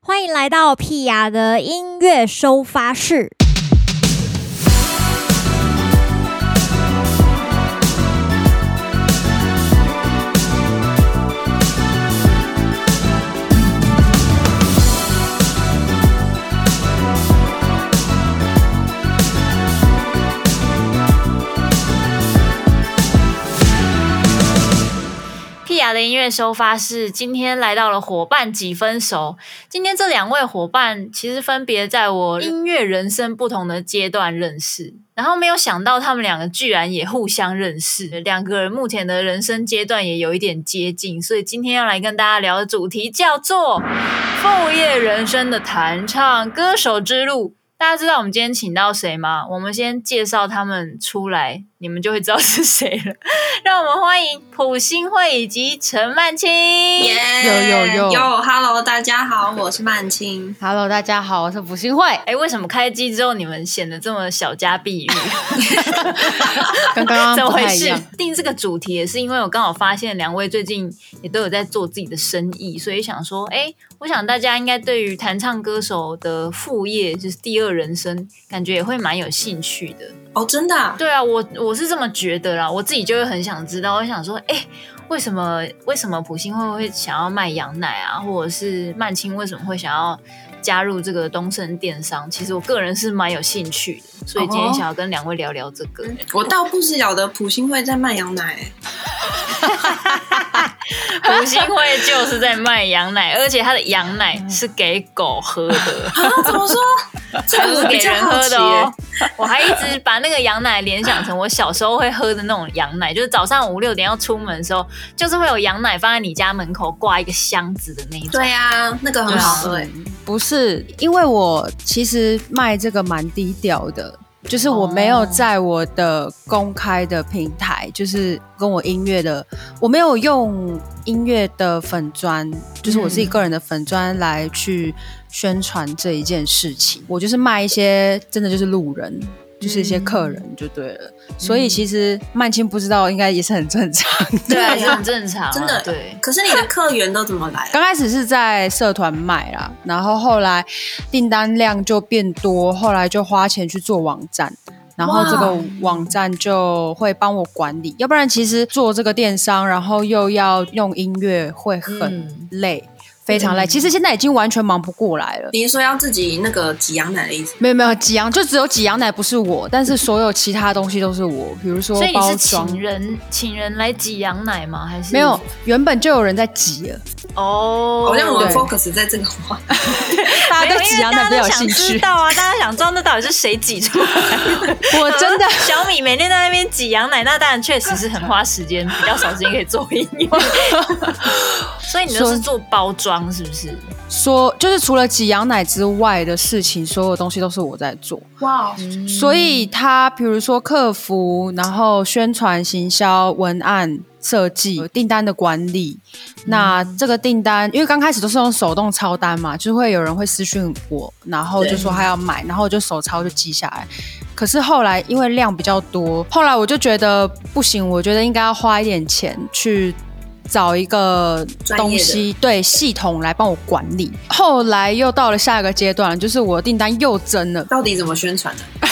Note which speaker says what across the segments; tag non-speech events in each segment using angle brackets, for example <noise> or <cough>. Speaker 1: 欢迎来到屁雅的音乐收发室。
Speaker 2: 屁雅的音乐收发室今天来到了伙伴几分熟。今天这两位伙伴其实分别在我音乐人生不同的阶段认识，然后没有想到他们两个居然也互相认识，两个人目前的人生阶段也有一点接近，所以今天要来跟大家聊的主题叫做副业人生的弹唱歌手之路。大家知道我们今天请到谁吗？我们先介绍他们出来，你们就会知道是谁了。让我们欢迎普星会以及陈曼青。
Speaker 3: 耶
Speaker 4: 有有有
Speaker 3: 有，Hello，大家好，我是曼青。
Speaker 4: Hello，大家好，我是朴信惠。
Speaker 2: 哎、为什么开机之后你们显得这么小家
Speaker 4: <laughs>
Speaker 2: 碧玉？怎
Speaker 4: 跟 <laughs> 刚刚
Speaker 2: 么
Speaker 4: 不
Speaker 2: 回
Speaker 4: 太一
Speaker 2: 事
Speaker 4: 样，？
Speaker 2: <laughs> 定这个主题也是因为我刚好发现两位最近也都有在做自己的生意，所以想说，哎、我想大家应该对于弹唱歌手的副业，就是第二人生，感觉也会蛮有兴趣的。
Speaker 3: 哦，真的啊、
Speaker 2: <laughs> 对啊，我我是这么觉得啦，我自己就会很想知道，我想说，哎、为什么为什么普星会会想要卖羊奶啊，或者是曼青为什么会想要加入这个东升电商？其实我个人是蛮有兴趣的，所以今天
Speaker 3: 哦
Speaker 2: 想要跟两位聊聊这个。
Speaker 3: 我倒不晓得普星会在卖羊奶、欸
Speaker 2: 普星会就是在卖羊奶，而且它的羊奶是给狗喝的。
Speaker 3: 啊？
Speaker 2: <laughs>
Speaker 3: 怎么说？这
Speaker 2: 它
Speaker 3: 个
Speaker 2: 是
Speaker 3: 我
Speaker 2: 给
Speaker 3: 比较
Speaker 2: 人
Speaker 3: 好
Speaker 2: 喝
Speaker 3: 奇、
Speaker 2: 的
Speaker 3: 欸
Speaker 2: 哦。我还一直把那个羊奶联想成我小时候会喝的那种羊奶，就是早上五六点要出门的时候，就是会有羊奶放在你家门口挂一个箱子的那一种。
Speaker 3: 对呀、啊，那个很好
Speaker 2: 嗯
Speaker 3: 喝、欸。
Speaker 4: 不是，因为我其实卖这个蛮低调的，就是我没有在我的公开的平台，就是跟我音乐的，我没有用音乐的粉砖，就是我自己个人的粉砖来去宣传这一件事情。我就是卖一些真的就是路人。就是一些客人就对了，所以其实曼青不知道应该也是很正常的。
Speaker 2: 对啊，
Speaker 3: 对
Speaker 2: 是很正常啊，
Speaker 3: 真的
Speaker 2: 对。
Speaker 3: 可是你的客源都怎么来、啊？
Speaker 4: 刚开始是在社团卖啦，然后后来订单量就变多，后来就花钱去做网站。然后这个
Speaker 3: 哇
Speaker 4: 网站就会帮我管理，要不然其实做这个电商，然后又要用音乐，会很
Speaker 2: 嗯
Speaker 4: 累，非常累。其实现在已经完全忙不过来了。
Speaker 3: 你是说要自己那个挤羊奶的意思？
Speaker 4: 没有没有，挤羊就只有挤羊奶不是我，但是所有其他东西都是我，比如说
Speaker 2: 所以你
Speaker 4: 包
Speaker 2: 是
Speaker 4: 装。
Speaker 2: 请人请人来挤羊奶吗？还是
Speaker 4: 没有，原本就有人在挤了，
Speaker 2: 哦？
Speaker 3: 好像我们
Speaker 4: 对
Speaker 3: focus 在这个话，
Speaker 4: 大
Speaker 2: 没
Speaker 4: 家
Speaker 2: 有因
Speaker 4: 对挤
Speaker 2: 为
Speaker 4: 羊
Speaker 2: 大家
Speaker 4: 奶比较
Speaker 2: 都
Speaker 4: 有
Speaker 2: 想
Speaker 4: 兴
Speaker 2: 知
Speaker 4: 趣。
Speaker 2: 道啊，大家想知道那到底是谁挤出来的？ <laughs>
Speaker 4: 我真的
Speaker 2: 小米每天在那边挤羊奶，那当然确实是很花时间，比较少时间可以做音 <laughs> 乐。所以你都是做包装，是不是？
Speaker 4: 说，就是除了挤羊奶之外的事情，所有东西都是我在做。
Speaker 3: 哇、
Speaker 4: 所以他比如说客服，然后宣传、行销、文案设计、订单的管理。那这个订单，因为刚开始都是用手动抄单嘛，就是会有人会私讯我，然后就说他要买，然后我就手抄就记下来。可是后来因为量比较多，后来我就觉得不行，我觉得应该要花一点钱去找一个东西，对系统来帮我管理。后来又到了下一个阶段，就是我订单又增了。
Speaker 3: 到底怎么宣传的、啊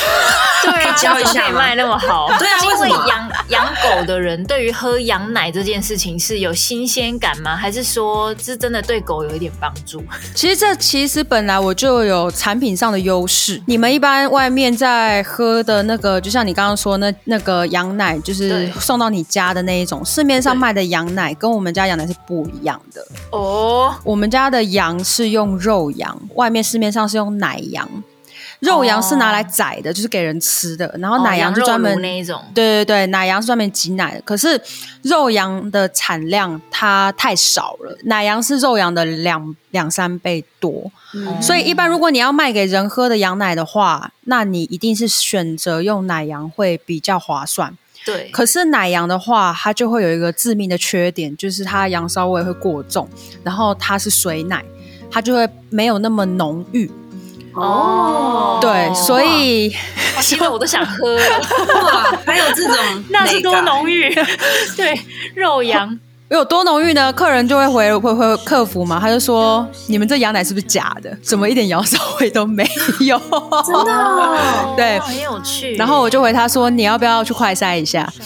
Speaker 2: 对啊，
Speaker 3: 教一
Speaker 2: 怎么
Speaker 3: 下
Speaker 2: 可以
Speaker 3: 嘛
Speaker 2: 卖那么好。
Speaker 3: 对啊
Speaker 2: 是
Speaker 3: 为什
Speaker 2: 因为
Speaker 3: 么
Speaker 2: 养养狗的人对于喝羊奶这件事情是有新鲜感吗？还是说是真的对狗有一点帮助？
Speaker 4: 其实这其实本来我就有产品上的优势。你们一般外面在喝的那个，就像你刚刚说那那个羊奶，就是
Speaker 2: 对
Speaker 4: 送到你家的那一种，市面上
Speaker 3: 对
Speaker 4: 卖的羊奶跟我们家羊奶是不一样的。
Speaker 2: 哦，
Speaker 4: 我们家的羊是用肉羊，外面市面上是用奶羊。肉羊是拿来宰的，就是给人吃的，然后
Speaker 2: 哦
Speaker 4: 奶
Speaker 2: 羊
Speaker 4: 羊就
Speaker 2: 肉
Speaker 4: 专门、
Speaker 2: 炉那一种。
Speaker 4: 对对对，奶羊是专门挤奶的，可是肉羊的产量它太少了，奶羊是肉羊的两两三倍多，
Speaker 3: 嗯
Speaker 4: 所以一般如果你要卖给人喝的羊奶的话，那你一定是选择用奶羊会比较划算。
Speaker 2: 对，哦
Speaker 4: 可是奶羊的话，它就会有一个致命的缺点，就是它羊骚味会过重，然后它是水奶，它就会没有那么浓郁。
Speaker 2: 哦
Speaker 4: 对，所以
Speaker 2: 听了我都想 <laughs> 喝了。
Speaker 3: 哇，还有这种
Speaker 2: <laughs> 那是多 <laughs>
Speaker 3: 美感
Speaker 2: 浓郁，对，肉羊
Speaker 4: 有多浓郁呢？客人就会回回回客服嘛，他就说：“你们这羊奶是不是假的？怎么一点摇骚味都没有？”
Speaker 3: 真的
Speaker 2: 啊
Speaker 3: 哦，
Speaker 4: 对
Speaker 2: 很有趣。
Speaker 4: <laughs> 然后我就回他说：“你要不要去快筛一下
Speaker 2: <laughs>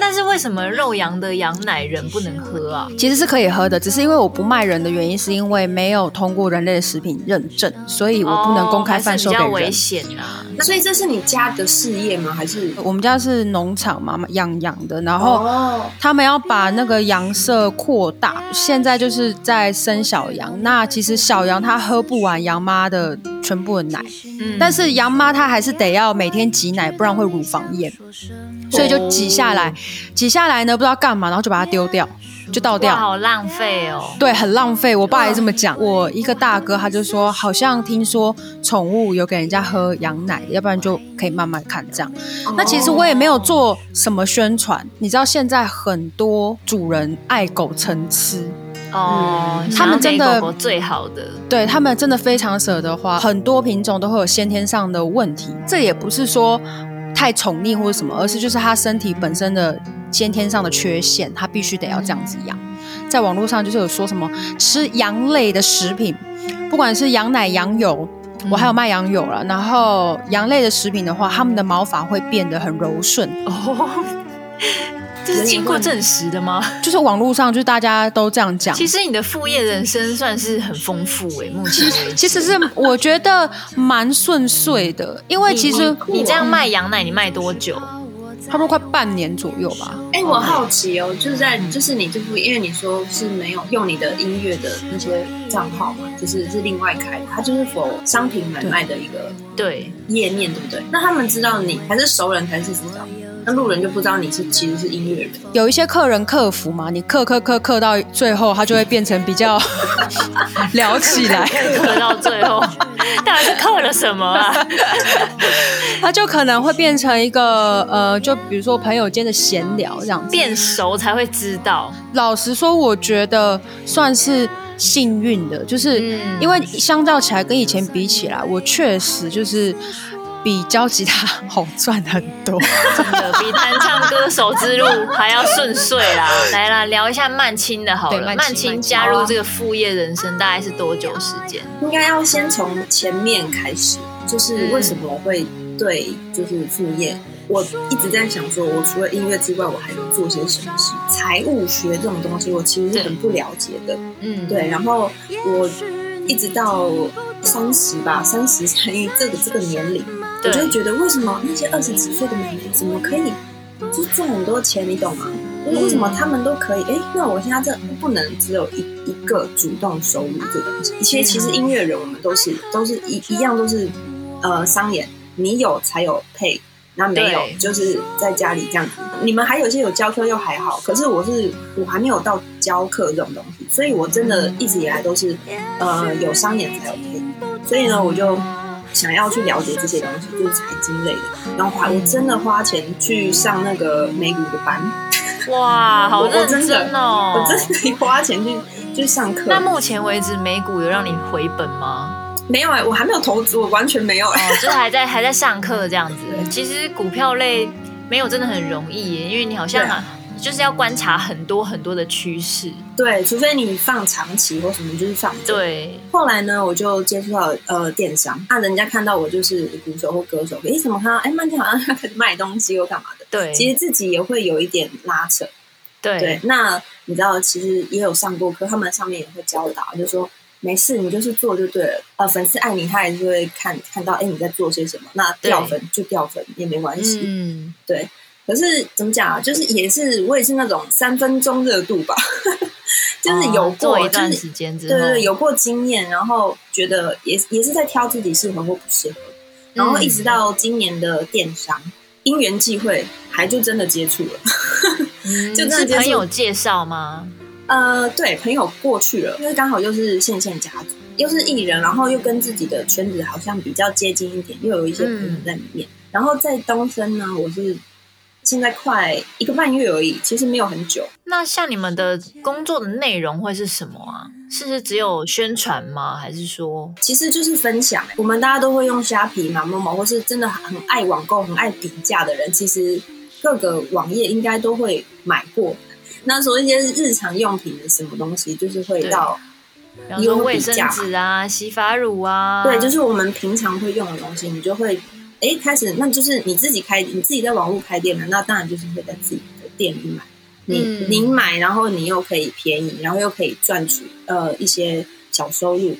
Speaker 2: 但是为什么肉羊的羊奶人不能喝啊？”
Speaker 4: 其实是可以喝的，只是因为我不卖人的原因，是因为没有通过人类的食品认证，所以我不能公开贩售
Speaker 2: 哦
Speaker 4: 给
Speaker 2: 还是比较
Speaker 4: 人
Speaker 2: 危。险啊。
Speaker 3: 那所以这是你家的事业吗？还是
Speaker 4: 我们家是农场嘛，养羊的，然后
Speaker 3: 哦，
Speaker 4: 他们要把那个羊舍扩大，现在就是在生小羊。那其实小羊它喝不完羊妈的全部的奶，
Speaker 2: 嗯
Speaker 4: 但是羊妈它还是得要每天挤奶，不然会乳房炎，
Speaker 2: 哦
Speaker 4: 所以就挤下来，挤下来呢不知道干嘛，然后就把它丢掉，就
Speaker 2: 嗯
Speaker 4: 倒
Speaker 2: 哇，
Speaker 4: 掉。
Speaker 2: 好浪费哦。
Speaker 4: 对，很浪费。我爸也这么讲。我一个大哥他就说，好像听说宠物有给人家喝羊奶，要不然就可以慢慢看这样。那其实我也没有做什么宣传，你知道现在很多主人爱狗成痴，
Speaker 2: 哦
Speaker 3: 嗯，
Speaker 2: 想要
Speaker 4: 他们真
Speaker 2: 给
Speaker 4: 的
Speaker 2: 狗狗最好的，
Speaker 4: 对他们真的非常舍得花，很多品种都会有先天上的问题，这也不是说太宠溺或者什么，而是就是他身体本身的先天上的缺陷，他必须得要这样子养。在网络上就是有说什么吃羊类的食品，不管是羊奶、羊油。
Speaker 2: 嗯
Speaker 4: 我还有卖羊油了，然后羊类的食品的话，它们的毛发会变得很柔顺，
Speaker 2: 哦，这是经过证实的吗？
Speaker 4: 就是网络上就是大家都这样讲。
Speaker 2: 其实你的副业人生算是很丰富诶、目前为止
Speaker 4: <laughs> 其实是我觉得蛮顺遂的，因为其实
Speaker 2: 你这样卖羊奶，你卖多久？
Speaker 4: 差不多快半年左右吧。
Speaker 3: 哎、我好奇哦，就是在就是你就是因为你说是没有用你的音乐的那些账号嘛，就是是另外开的，它就是否商品买卖的一个
Speaker 2: 对， <laughs>
Speaker 3: 页面，对不对？那他们知道你还是熟人才是知道，那路人就不知道你是其实是音乐人。
Speaker 4: 有一些客人客服嘛，你客客客客到最后，他就会变成比
Speaker 2: <laughs>
Speaker 4: 较聊起来，
Speaker 2: 磕到最后， <laughs> 到底是磕了什么啊？
Speaker 4: 他就可能会变成一个呃，就比如说朋友间的闲聊这样子。
Speaker 2: 变熟才会知道，
Speaker 4: 老实说，我觉得算是幸运的，就是
Speaker 2: 嗯
Speaker 4: 因为相较起来跟以前比起来，我确实就是比教吉他好赚很多。
Speaker 2: 真的比弹唱歌手之路还要顺遂啦。来啦，聊一下曼青的好
Speaker 4: 对
Speaker 2: 了。
Speaker 4: 曼青
Speaker 2: 曼青
Speaker 4: 曼青
Speaker 2: 加入这个副业人生大概是多久时间？
Speaker 3: 应该要先从前面开始，就是为什么会对就是副业，我一直在想说，我除了音乐之外，我还能做些什么事？财务学这种东西，我其实是很不了解的。
Speaker 2: 嗯，
Speaker 3: 对，然后我一直到三十吧，三十才这个这个年龄，我就会
Speaker 2: 对，
Speaker 3: 觉得为什么那些二十几岁的美眉怎么可以就赚很多钱，你懂吗？就是为什么他们都可以？哎、那我现在这不能只有一一个主动收入这个东西。其实其实音乐人我们都是都是一一样都是呃商演，你有才有配。那没有
Speaker 2: 对，
Speaker 3: 就是在家里这样子。你们还有一些有教课又还好，可是我是我还没有到教课这种东西，所以我真的一直以来都是呃有商演才有配。所以呢，我就想要去了解这些东西，就是财经类的。然后花我真的花钱去上那个美股的班，
Speaker 2: 哇，好
Speaker 3: 我我
Speaker 2: 认
Speaker 3: 真的
Speaker 2: 真哦。
Speaker 3: 我真的花钱去去上课
Speaker 2: 那。目前为止，美股有让你回本吗？
Speaker 3: 没有哎、我还没有投资，我完全没有
Speaker 2: 哦
Speaker 3: 哎、，
Speaker 2: 就是还在还在上课这样子
Speaker 3: 对。
Speaker 2: 其实股票类没有真的很容易耶，因为你好像、
Speaker 3: 对啊
Speaker 2: 就是要观察很多很多的趋势。
Speaker 3: 对，除非你放长期或什么，就是放。
Speaker 2: 对，
Speaker 3: 后来呢，我就接触到呃电商，那人家看到我就是鼓手或歌手，诶，怎么看到哎漫天好像开始卖东西或干嘛的？
Speaker 2: 对，
Speaker 3: 其实自己也会有一点拉扯，
Speaker 2: 对，
Speaker 3: 对，那你知道，其实也有上过课，他们上面也会教导，就说没事，你就是做就对了。呃，粉丝爱你，他还是会看看到，哎，你在做些什么，那
Speaker 2: 对
Speaker 3: 掉粉就掉粉也没关系。
Speaker 2: 嗯，
Speaker 3: 可是怎么讲啊？就是也是我也是那种三分钟热度吧， <laughs> 就是有
Speaker 2: 哦
Speaker 3: 过，
Speaker 2: 做一
Speaker 3: 就
Speaker 2: 段
Speaker 3: 是
Speaker 2: 时间之
Speaker 3: 对
Speaker 2: 后，
Speaker 3: 对，有过经验，然后觉得也也是在挑自己适合或不适合，然后一
Speaker 2: 嗯
Speaker 3: 直到今年的电商。因缘际会，还就真的接触了。 <laughs>
Speaker 2: 嗯
Speaker 3: 就是直接
Speaker 2: 朋
Speaker 3: 做
Speaker 2: 友介绍吗？
Speaker 3: 呃，对，朋友过去了，因为刚好又是线线家族，又是艺人，然后又跟自己的圈子好像比较接近一点，又有一些朋友
Speaker 2: 嗯
Speaker 3: 在里面。然后在东森呢，我是现在快一个半月而已，其实没有很久。
Speaker 2: 那像你们的工作的内容会是什么啊？是只有宣传吗？还是说，
Speaker 3: 其实就是分享，欸我们大家都会用虾皮嘛、某某，或是真的很爱网购、很爱比价的人，其实各个网页应该都会买过那时候一些日常用品的什么东西，就是会
Speaker 2: 对
Speaker 3: 到
Speaker 2: 然后说卫生纸啊、洗发乳啊，
Speaker 3: 对，就是我们平常会用的东西，你就会哎开始，那就是你自己开，你自己在网络开店嘛，那当然就是会在自己的店里买。你、
Speaker 2: 嗯
Speaker 3: 你买，然后你又可以便宜，然后又可以赚取呃一些小收入。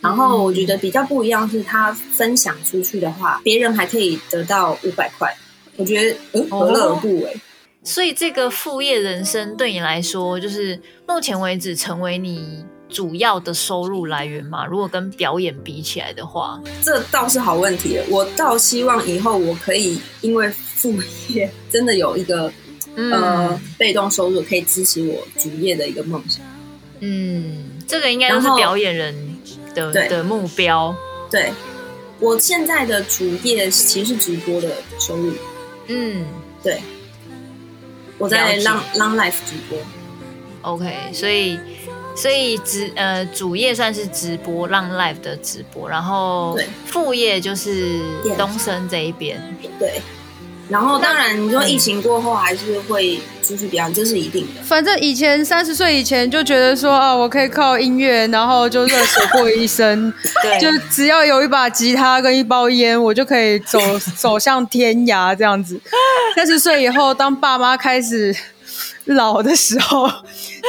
Speaker 3: 然后
Speaker 2: 嗯
Speaker 3: 我觉得比较不一样是，他分享出去的话，别人还可以得到五百块，我觉得嗯何乐而不为？
Speaker 2: 所以这个副业人生对你来说，就是目前为止成为你主要的收入来源嘛？如果跟表演比起来的话，
Speaker 3: 这倒是好问题了。我倒希望以后我可以因为副业 <laughs> 真的有一个
Speaker 2: 嗯、
Speaker 3: 呃被动收入可以支持我主业的一个梦想。
Speaker 2: 嗯，这个应该都是
Speaker 3: 然后
Speaker 2: 表演人的
Speaker 3: 对
Speaker 2: 的目标。
Speaker 3: 对我现在的主业其实是直播的收入，
Speaker 2: 嗯
Speaker 3: 对我在
Speaker 2: 了解
Speaker 3: Long Long Life 直播，
Speaker 2: ，OK，所以所以直呃主业算是直播浪 live 的直播，然后
Speaker 3: 对
Speaker 2: 副业就是
Speaker 3: 电商
Speaker 2: 东升这一边。
Speaker 3: 对。然后当然，
Speaker 2: 嗯
Speaker 3: 你说疫情过后还是会出去表演，这是一定的。
Speaker 4: 反正以前三十岁以前就觉得说啊，我可以靠音乐，然后就热血过一生，
Speaker 2: 对，
Speaker 4: 就只要有一把吉他跟一包烟，我就可以 <laughs> 走走向天涯这样子。三十岁以后，当爸妈开始老的时候，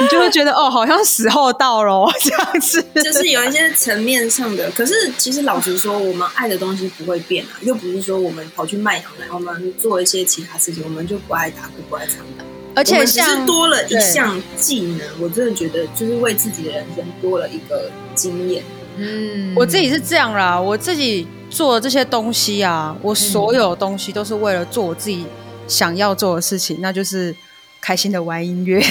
Speaker 4: 你就会觉得哦，好像时候到了哦这样子。
Speaker 3: 就是有一些层面上的，可是其实老实说，我们爱的东西不会变啊，又不是说我们跑去卖羊奶，我们做一些其他事情，我们就不爱打鼓，不爱唱歌。
Speaker 4: 而
Speaker 3: 我
Speaker 4: 且
Speaker 3: 们只
Speaker 4: 像
Speaker 3: 是多了一
Speaker 4: 对
Speaker 3: 项技能，我真的觉得就是为自己的人生多了一个经
Speaker 4: <laughs>
Speaker 3: 验。
Speaker 2: 嗯
Speaker 4: 我自己是这样啦，我自己做的这些东西啊，我所有东西都是为了做我自己想要做的事情，那就是开心的玩音乐。 <laughs>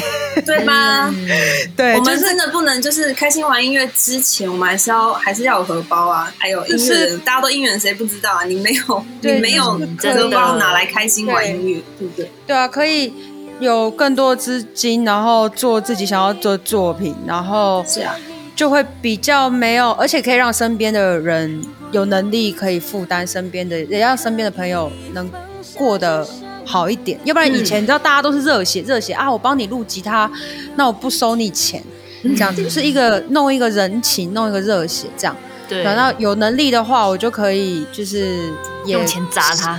Speaker 3: 对吧？
Speaker 2: 嗯
Speaker 4: 对，
Speaker 3: 我
Speaker 4: 就
Speaker 3: 们
Speaker 4: 是
Speaker 3: 真的不能就是开心玩音乐之前，我们还是要还是要有荷包啊！还有音乐人，大家都音乐人，谁不知道啊？你没有，你
Speaker 4: 对
Speaker 3: 没有
Speaker 2: 就是
Speaker 3: 荷包哪来开心玩音乐，对不对？
Speaker 4: 对啊，可以有更多资金，然后做自己想要做的作品，然后
Speaker 3: 是
Speaker 4: <laughs>
Speaker 3: 啊，
Speaker 4: 就会比较没有，而且可以让身边的人有能力可以负担身边的，也让身边的朋友能过得好一点。要不然以前你知道大家都是热
Speaker 2: 嗯
Speaker 4: 血热血啊，我帮你录吉他，那我不收你钱，
Speaker 2: <laughs>
Speaker 4: 这样子就是一个弄一个人情，弄一个热血这样。
Speaker 2: 对，
Speaker 4: 然后有能力的话，我就可以就是也
Speaker 2: 用钱砸他。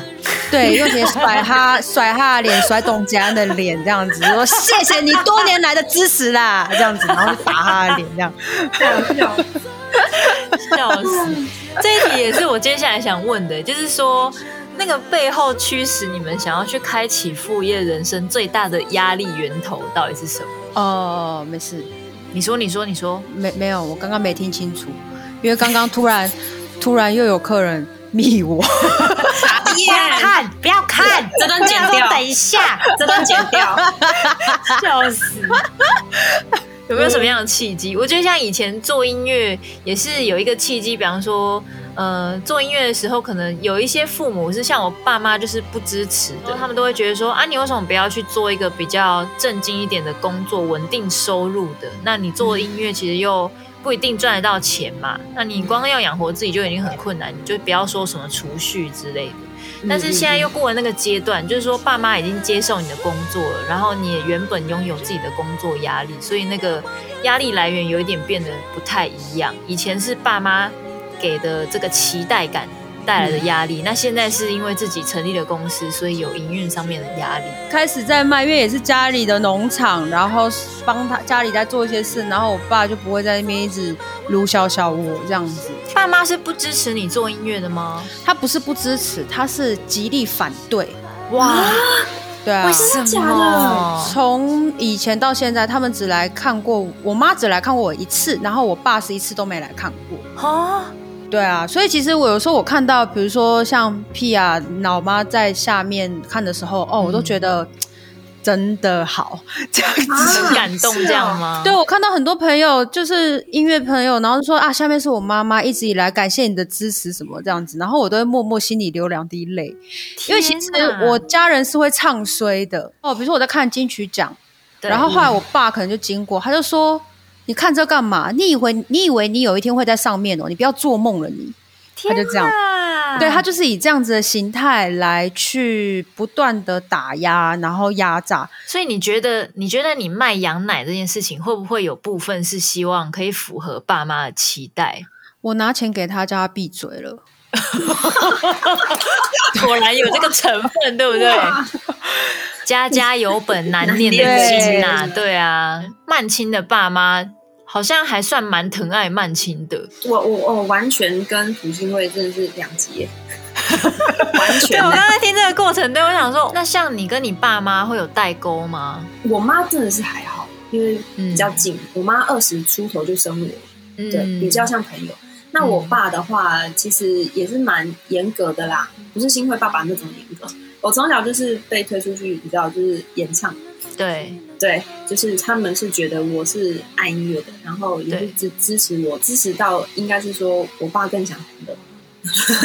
Speaker 4: 对，用钱甩 <laughs> 他，甩他的脸，甩董洁安的脸，这样子说谢谢你多年来的支持啦，这样子，然后就打他的脸，这样。啊
Speaker 2: 笑死！
Speaker 4: <laughs>
Speaker 2: 这一题也是我接下来想问的，就是说那个背后驱使你们想要去开启副业人生最大的压力源头到底是什么？
Speaker 4: 哦，没事，
Speaker 2: 你说，你说，你说，
Speaker 4: 没没有，我刚刚没听清楚，因为刚刚突然突然又有客人密 <laughs> 我，
Speaker 2: 不要看，不要看，
Speaker 3: 这段剪掉
Speaker 2: 不要说等一下，
Speaker 3: 这段剪掉。
Speaker 2: <laughs> 笑死！有没有什么样的契机？我觉得像以前做音乐也是有一个契机，比方说，呃，做音乐的时候，可能有一些父母是像我爸妈，就是不支持的，他们都会觉得说，啊，你为什么不要去做一个比较正经一点的工作，稳定收入的？那你做音乐其实又不一定赚得到钱嘛，那你光要养活自己就已经很困难，你就不要说什么储蓄之类的。但是现在又过了那个阶段，就是说爸妈已经接受你的工作了，然后你也原本拥有自己的工作压力，所以那个压力来源有一点变得不太一样。以前是爸妈给的这个期待感带来的压力，那现在是因为自己成立了公司，所以有营运上面的压力。
Speaker 4: 开始在卖，因为也是家里的农场，然后帮他家里在做一些事，然后我爸就不会在那边一直撸小小我这样子。
Speaker 2: 爸妈是不支持你做音乐的吗？
Speaker 4: 他不是不支持，他是极力反对。
Speaker 2: 哇，
Speaker 4: 对啊，
Speaker 2: 为什
Speaker 3: 真的假
Speaker 2: 么？
Speaker 4: 从以前到现在，他们只来看过我妈，只来看过我一次，然后我爸是一次都没来看过。
Speaker 2: 哦，
Speaker 4: 对啊，所以其实我有时候我看到，比如说像 P 啊老妈在下面看的时候，哦，我
Speaker 2: 嗯
Speaker 4: 都觉得真的好这样子。
Speaker 2: 很感动这样吗？
Speaker 4: 对，我看到很多朋友，就是音乐朋友，然后说啊，下面是我妈妈，一直以来感谢你的支持什么这样子，然后我都会默默心里流两滴泪。因为其实
Speaker 2: 天哪
Speaker 4: 我家人是会唱衰的哦，比如说我在看金曲奖，
Speaker 2: 对
Speaker 4: 然后后来我爸可能就经过，他就说：“你看这干嘛？你以为你以为你有一天会在上面哦？你不要做梦了你。”他就这样
Speaker 2: 天哪啊
Speaker 4: 对他就是以这样子的形态来去不断的打压，然后压榨。
Speaker 2: 所以你觉得，你觉得你卖羊奶这件事情，会不会有部分是希望可以符合爸妈的期待？
Speaker 4: 我拿钱给他，叫他闭嘴了。
Speaker 2: <laughs> 果然有这个成分，对不对？ <laughs> 家家有本难念的经呐、
Speaker 3: 对
Speaker 2: 对啊。曼青的爸妈好像还算蛮疼爱曼青的，
Speaker 3: 我我我完全跟朴信惠真的是两极耶，完
Speaker 2: 对啊
Speaker 3: 全
Speaker 2: 我
Speaker 3: 耶。
Speaker 2: 刚才听这个过程，对我想说，那像你跟你爸妈会有代沟吗？
Speaker 3: 我妈真的是还好，因为
Speaker 2: 嗯
Speaker 3: 比较近，我妈二十出头就生我，
Speaker 2: 嗯
Speaker 3: 对，比较像朋友。那我爸的话，其实也是蛮严格的啦，不是新会爸爸那种严格。我从小就是被推出去，你知道，就是演唱，
Speaker 2: 对，
Speaker 3: 对，就是他们是觉得我是爱音乐的，然后也是
Speaker 2: 对
Speaker 3: 支支持我，支持到应该是说我爸更想红的，
Speaker 2: <laughs>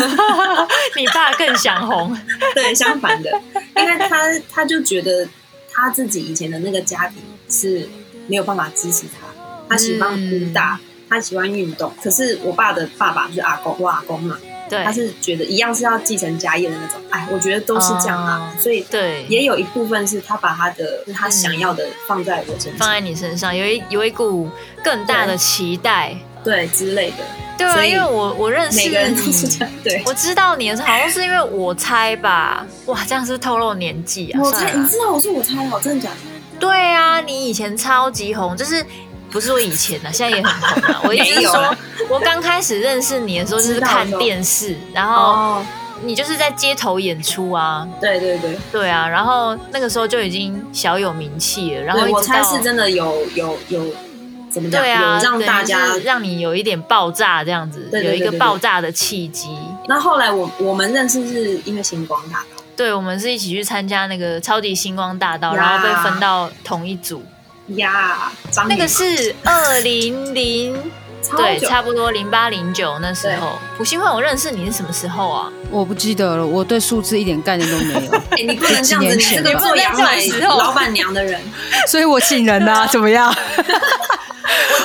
Speaker 2: 你爸更想红，
Speaker 3: 对，相反的，因为他他就觉得他自己以前的那个家庭是没有办法支持他，他喜欢武打，他喜欢运动，可是我爸的爸爸就是阿公，我阿公嘛，
Speaker 2: 对
Speaker 3: 他，是觉得一样是要继承家业的那种，哎，我觉得都是这样啊，所以
Speaker 2: 哦对，
Speaker 3: 也有一部分是他把他的就是他想要的放在我身
Speaker 2: 放
Speaker 3: 上，
Speaker 2: 在你身上有一有一股更大的
Speaker 3: 对
Speaker 2: 期待，
Speaker 3: 对之类的，
Speaker 2: 对啊，
Speaker 3: 所以
Speaker 2: 因为我我认识
Speaker 3: 每个人都是
Speaker 2: 你。
Speaker 3: 这样，对。
Speaker 2: <laughs> 嗯我知道你的时候，好像是因为我猜吧？哇，这样是透露年纪啊！
Speaker 3: 我
Speaker 2: 算
Speaker 3: 猜，
Speaker 2: 了
Speaker 3: 你
Speaker 2: 啦
Speaker 3: 知道我说我猜哦，真的假的？
Speaker 2: 对啊，你以前超级红，就是不是说以前啊，现在也很
Speaker 3: <laughs>
Speaker 2: 红啊。我意思
Speaker 3: 没
Speaker 2: 是
Speaker 3: 有
Speaker 2: 说
Speaker 3: 啊，
Speaker 2: 我刚开始认识你的时候就是
Speaker 3: 知道
Speaker 2: 看
Speaker 3: 我说
Speaker 2: 电视，然后
Speaker 3: 哦，
Speaker 2: 你就是在街头演出啊，
Speaker 3: 对对对，
Speaker 2: 对啊，然后那个时候就已经小有名气了，然后
Speaker 3: 对
Speaker 2: 一
Speaker 3: 我
Speaker 2: 直到
Speaker 3: 猜是真的有有有怎么讲，
Speaker 2: 对啊，
Speaker 3: 有让
Speaker 2: 等于
Speaker 3: 大家
Speaker 2: 是让你有一点爆炸这样子，
Speaker 3: 对对对
Speaker 2: 有一
Speaker 3: 对
Speaker 2: 个
Speaker 3: 对
Speaker 2: 爆炸的契机。
Speaker 3: 那后来我我们认识是因为星光大道
Speaker 2: 对，我们是一起去参加那个超级星光大道，
Speaker 3: 呀
Speaker 2: 然后被分到同一组。
Speaker 3: 呀，张宇
Speaker 2: 那个是二零零，
Speaker 3: 超
Speaker 2: 对，
Speaker 3: 久
Speaker 2: 差不多零八零九那时候。普信惠，我认识你是什么时候啊？
Speaker 4: 我不记得了，我对数字一点概念都没有，
Speaker 3: 哎你不能这样子，
Speaker 4: 几年
Speaker 3: 你是
Speaker 4: 前
Speaker 3: 个做
Speaker 2: <laughs>
Speaker 3: 羊奶
Speaker 2: 你不能这样子哦
Speaker 3: 老板娘的人，
Speaker 4: 所以我请人啊，怎么样？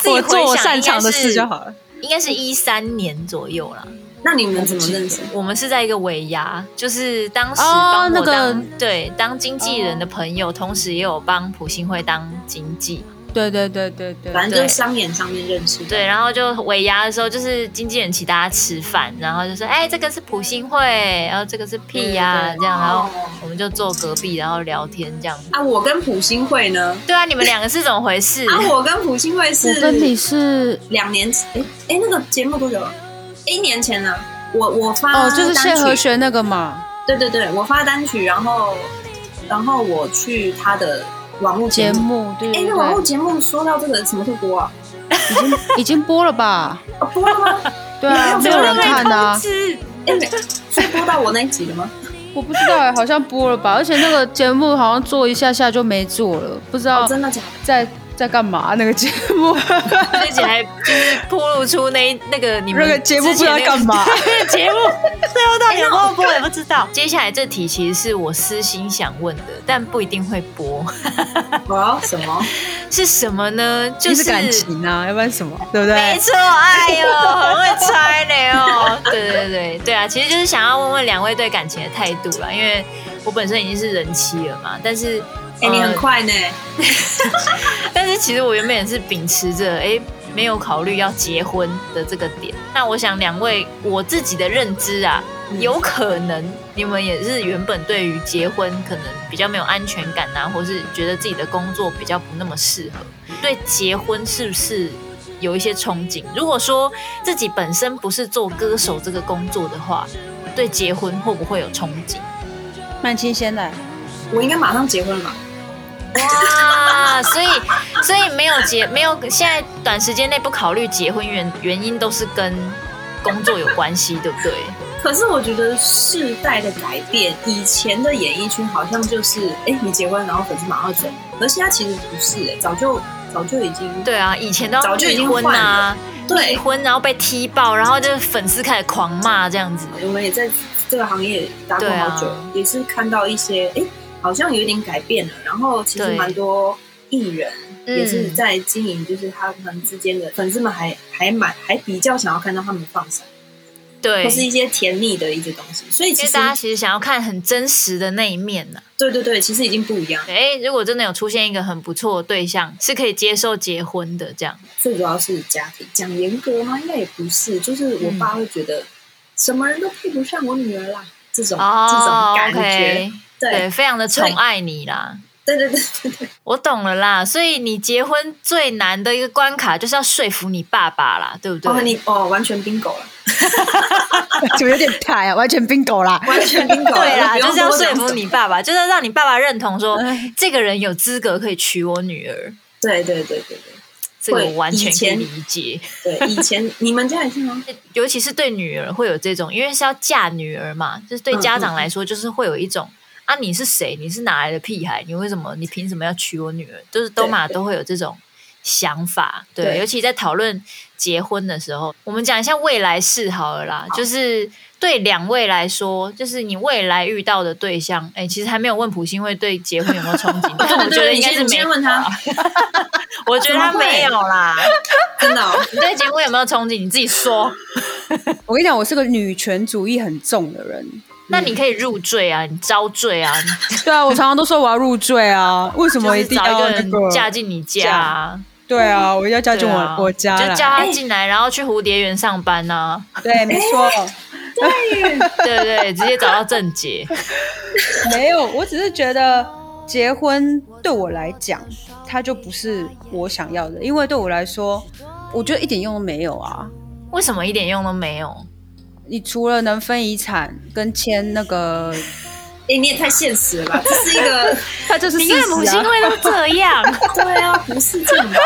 Speaker 2: 我自己回
Speaker 4: 我
Speaker 2: 想
Speaker 4: 做我擅长的事就
Speaker 2: 应该
Speaker 4: 好了。
Speaker 2: 是。应该是一三年左右啦。
Speaker 3: 那你们怎么认识？
Speaker 2: 我们是在一个尾牙，就是当时
Speaker 4: 哦
Speaker 2: 帮
Speaker 4: 那
Speaker 2: 我
Speaker 4: 个哦
Speaker 2: 当、对当经纪人的朋友，同时也有帮普信惠当经纪。
Speaker 4: 对啊对对对对，
Speaker 3: 反正就
Speaker 2: 对
Speaker 3: 是商演上面认识的，
Speaker 2: 对，然后就尾牙的时候，就是经纪人请大家吃饭，然后就说：“哎、这个是普信会，然后这个是屁呀、
Speaker 4: 对对
Speaker 2: 这样，然后
Speaker 3: 哦
Speaker 2: 我们就坐隔壁，然后聊天这样。
Speaker 3: 啊，我跟普星会呢？
Speaker 2: 对啊，你们两个是怎么回事？
Speaker 3: <laughs> 啊，我跟普星会
Speaker 4: 我跟你
Speaker 3: 是
Speaker 4: 是
Speaker 3: 两年前，哎哎，那个节目多久了？一年前了。我我发
Speaker 4: 哦，就是谢
Speaker 3: 单曲
Speaker 4: 和弦那个嘛，
Speaker 3: 对对对，我发单曲，然后然后我去他的网络
Speaker 4: 节
Speaker 3: 节目。
Speaker 4: 目对
Speaker 3: 哎、
Speaker 4: 对
Speaker 3: 那网络
Speaker 4: 对，
Speaker 3: 节目说到这个什么时候播啊？
Speaker 4: 已经播了吧？
Speaker 3: 啊播了吗？
Speaker 4: 对啊，没有人看的
Speaker 2: <laughs>
Speaker 4: 啊，
Speaker 2: 是
Speaker 3: 哎、没，所以播到我那一集了吗？
Speaker 4: 我不知道哎，好像播了吧？而且那个节目好像做一下下就没做了，不知
Speaker 3: 哦，
Speaker 4: 道
Speaker 3: 真的假的？
Speaker 4: 在在干嘛那个节 <laughs> 目。
Speaker 2: 而且还就是铺露出那一那个你们
Speaker 4: 那个节目不知道干
Speaker 2: <laughs>
Speaker 4: 嘛
Speaker 2: 之前那个节目最后到底有没有播也不知道。接下来这题其实是我私心想问的，但不一定会播，
Speaker 3: 哦，什么？
Speaker 2: 是什么呢？就是
Speaker 4: 感情啊，要不然什么，对不
Speaker 2: 没
Speaker 4: 对？
Speaker 2: 错，哎呦，很会猜呢哦。 <laughs> 对对对对啊，其实就是想要问问两位对感情的态度啦，因为我本身已经是人妻了嘛，但是
Speaker 3: 哎、你
Speaker 2: 呃
Speaker 3: 很快呢。
Speaker 2: 但是其实我原本也是秉持着哎没有考虑要结婚的这个点。那我想两位我自己的认知啊，有可能你们也是原本对于结婚可能比较没有安全感啊，或是觉得自己的工作比较不那么适合，对结婚是不是？有一些憧憬。如果说自己本身不是做歌手这个工作的话，对结婚会不会有憧憬？
Speaker 4: 曼青先来，
Speaker 3: 我应该马上结婚了吧？
Speaker 2: 哇，所以所以没有结没有，现在短时间内不考虑结婚原原因都是跟工作有关系，对不
Speaker 3: <laughs>
Speaker 2: 对？
Speaker 3: 可是我觉得世代的改变，以前的演艺圈好像就是，哎、你结婚然后粉丝马上走，而现在其实不是、哎，早就早就已经
Speaker 2: 对啊，以前都要
Speaker 3: 早就已
Speaker 2: 离
Speaker 3: 经
Speaker 2: 婚
Speaker 3: 换
Speaker 2: 啊
Speaker 3: 了，
Speaker 2: 离
Speaker 3: 对，
Speaker 2: 婚然后被踢爆，然后就是粉丝开始狂骂这样子。
Speaker 3: 我们也在这个行业打滚好
Speaker 2: 对
Speaker 3: 久，
Speaker 2: 啊
Speaker 3: 也是看到一些哎、诶好像有一点改变了。然后其实
Speaker 2: 对
Speaker 3: 蛮多艺人
Speaker 2: 嗯
Speaker 3: 也是在经营，就是他们之间的粉丝们还还蛮还比较想要看到他们放闪。
Speaker 2: 对
Speaker 3: 或，是一些甜腻的一些东西。所以
Speaker 2: 因
Speaker 3: 其
Speaker 2: 为
Speaker 3: 实
Speaker 2: 大家其实想要看很真实的那一面呢、
Speaker 3: 对对对，其实已经不一样。
Speaker 2: 哎，如果真的有出现一个很不错的对象，是可以接受结婚的这样。
Speaker 3: 最主要是家庭。讲严格吗？应该也不是，就是我爸会觉得、什么人都配不上我女儿啦，这种、这种
Speaker 2: 哦
Speaker 3: 感觉。
Speaker 2: ，OK，对，
Speaker 3: 对
Speaker 2: 非常的
Speaker 3: 所以
Speaker 2: 宠爱你啦。
Speaker 3: 对对对对对，
Speaker 2: 我懂了啦，所以你结婚最难的一个关卡就是要说服你爸爸啦，对不对？
Speaker 3: 哦，你哦，完全 bingo 了，
Speaker 4: <laughs> 就有点太啊，完全 bingo 啦。
Speaker 3: 完全 <laughs> bingo 了。
Speaker 2: 对啦，
Speaker 3: 不
Speaker 2: 就
Speaker 3: 用
Speaker 2: 是要
Speaker 3: 多
Speaker 2: 说
Speaker 3: 讲
Speaker 2: 服
Speaker 3: 什么
Speaker 2: 你。爸爸，就是要让你爸爸认同说
Speaker 4: 哎
Speaker 2: 这个人有资格可以娶我女儿，
Speaker 3: 对对对对对
Speaker 2: 这个我完全
Speaker 3: 以
Speaker 2: 可以
Speaker 3: 前
Speaker 2: 理解。
Speaker 3: 对，以前你们家也是吗？
Speaker 2: 尤其是对女儿会有这种，因为是要嫁女儿嘛，就是
Speaker 3: 嗯
Speaker 2: 对家长来说，就是会有一种、啊，你是谁？你是哪来的屁孩？你为什么？你凭什么要娶我女儿？就是都嘛
Speaker 3: 对
Speaker 2: 都会有这种想法，对，
Speaker 3: 对
Speaker 2: 尤其在讨论结婚的时候，我们讲一下未来事好了啦，就是对两位来说，就是你未来遇到的对象，哎，其实还没有问普星会对结婚有没有憧
Speaker 3: <laughs>
Speaker 2: 憬，但我觉得
Speaker 3: 你
Speaker 2: 应该
Speaker 3: 先
Speaker 2: 是
Speaker 3: 你
Speaker 2: 没
Speaker 3: 先
Speaker 2: 有，
Speaker 3: 问他，
Speaker 2: <laughs> 我觉得他
Speaker 3: 怎么会
Speaker 2: 没有
Speaker 3: <laughs>
Speaker 2: 啦。
Speaker 3: <laughs> 真的哦、
Speaker 2: 你对结婚有没有憧憬？你自己说。
Speaker 4: 我跟你讲，我是个女权主义很重的人。
Speaker 2: 那你可以入赘啊，你遭罪啊，你
Speaker 4: 对啊，我常常都说我要入赘啊，为 <laughs> 什么
Speaker 2: 就是
Speaker 4: 定
Speaker 2: 找一
Speaker 4: 要
Speaker 2: 个
Speaker 4: 那
Speaker 2: 人
Speaker 4: 个？
Speaker 2: 嫁进你家啊，
Speaker 4: 对啊，我一定要嫁
Speaker 2: 对
Speaker 4: 进我、
Speaker 2: 啊
Speaker 4: 我家
Speaker 2: 就
Speaker 4: 来。
Speaker 2: 叫他进来，然后去蝴蝶园上班呐，
Speaker 4: <laughs> 对，没错， <laughs>
Speaker 3: 哎
Speaker 2: 对不对？直接找到正解，
Speaker 4: 没有，我只是觉得结婚对我来讲，它就不是我想要的，因为对我来说，我觉得一点用都没有啊。
Speaker 2: 为什么一点用都没有？
Speaker 4: 你除了能分遗产跟签那个，
Speaker 3: 哎、你也太现实了吧？这是一个
Speaker 4: 它就是
Speaker 2: 你
Speaker 4: 事
Speaker 2: 看母
Speaker 4: 实
Speaker 2: 亲
Speaker 4: 啊。
Speaker 2: 会都这
Speaker 4: <laughs>
Speaker 2: 样，
Speaker 3: 对啊，不是这样吧？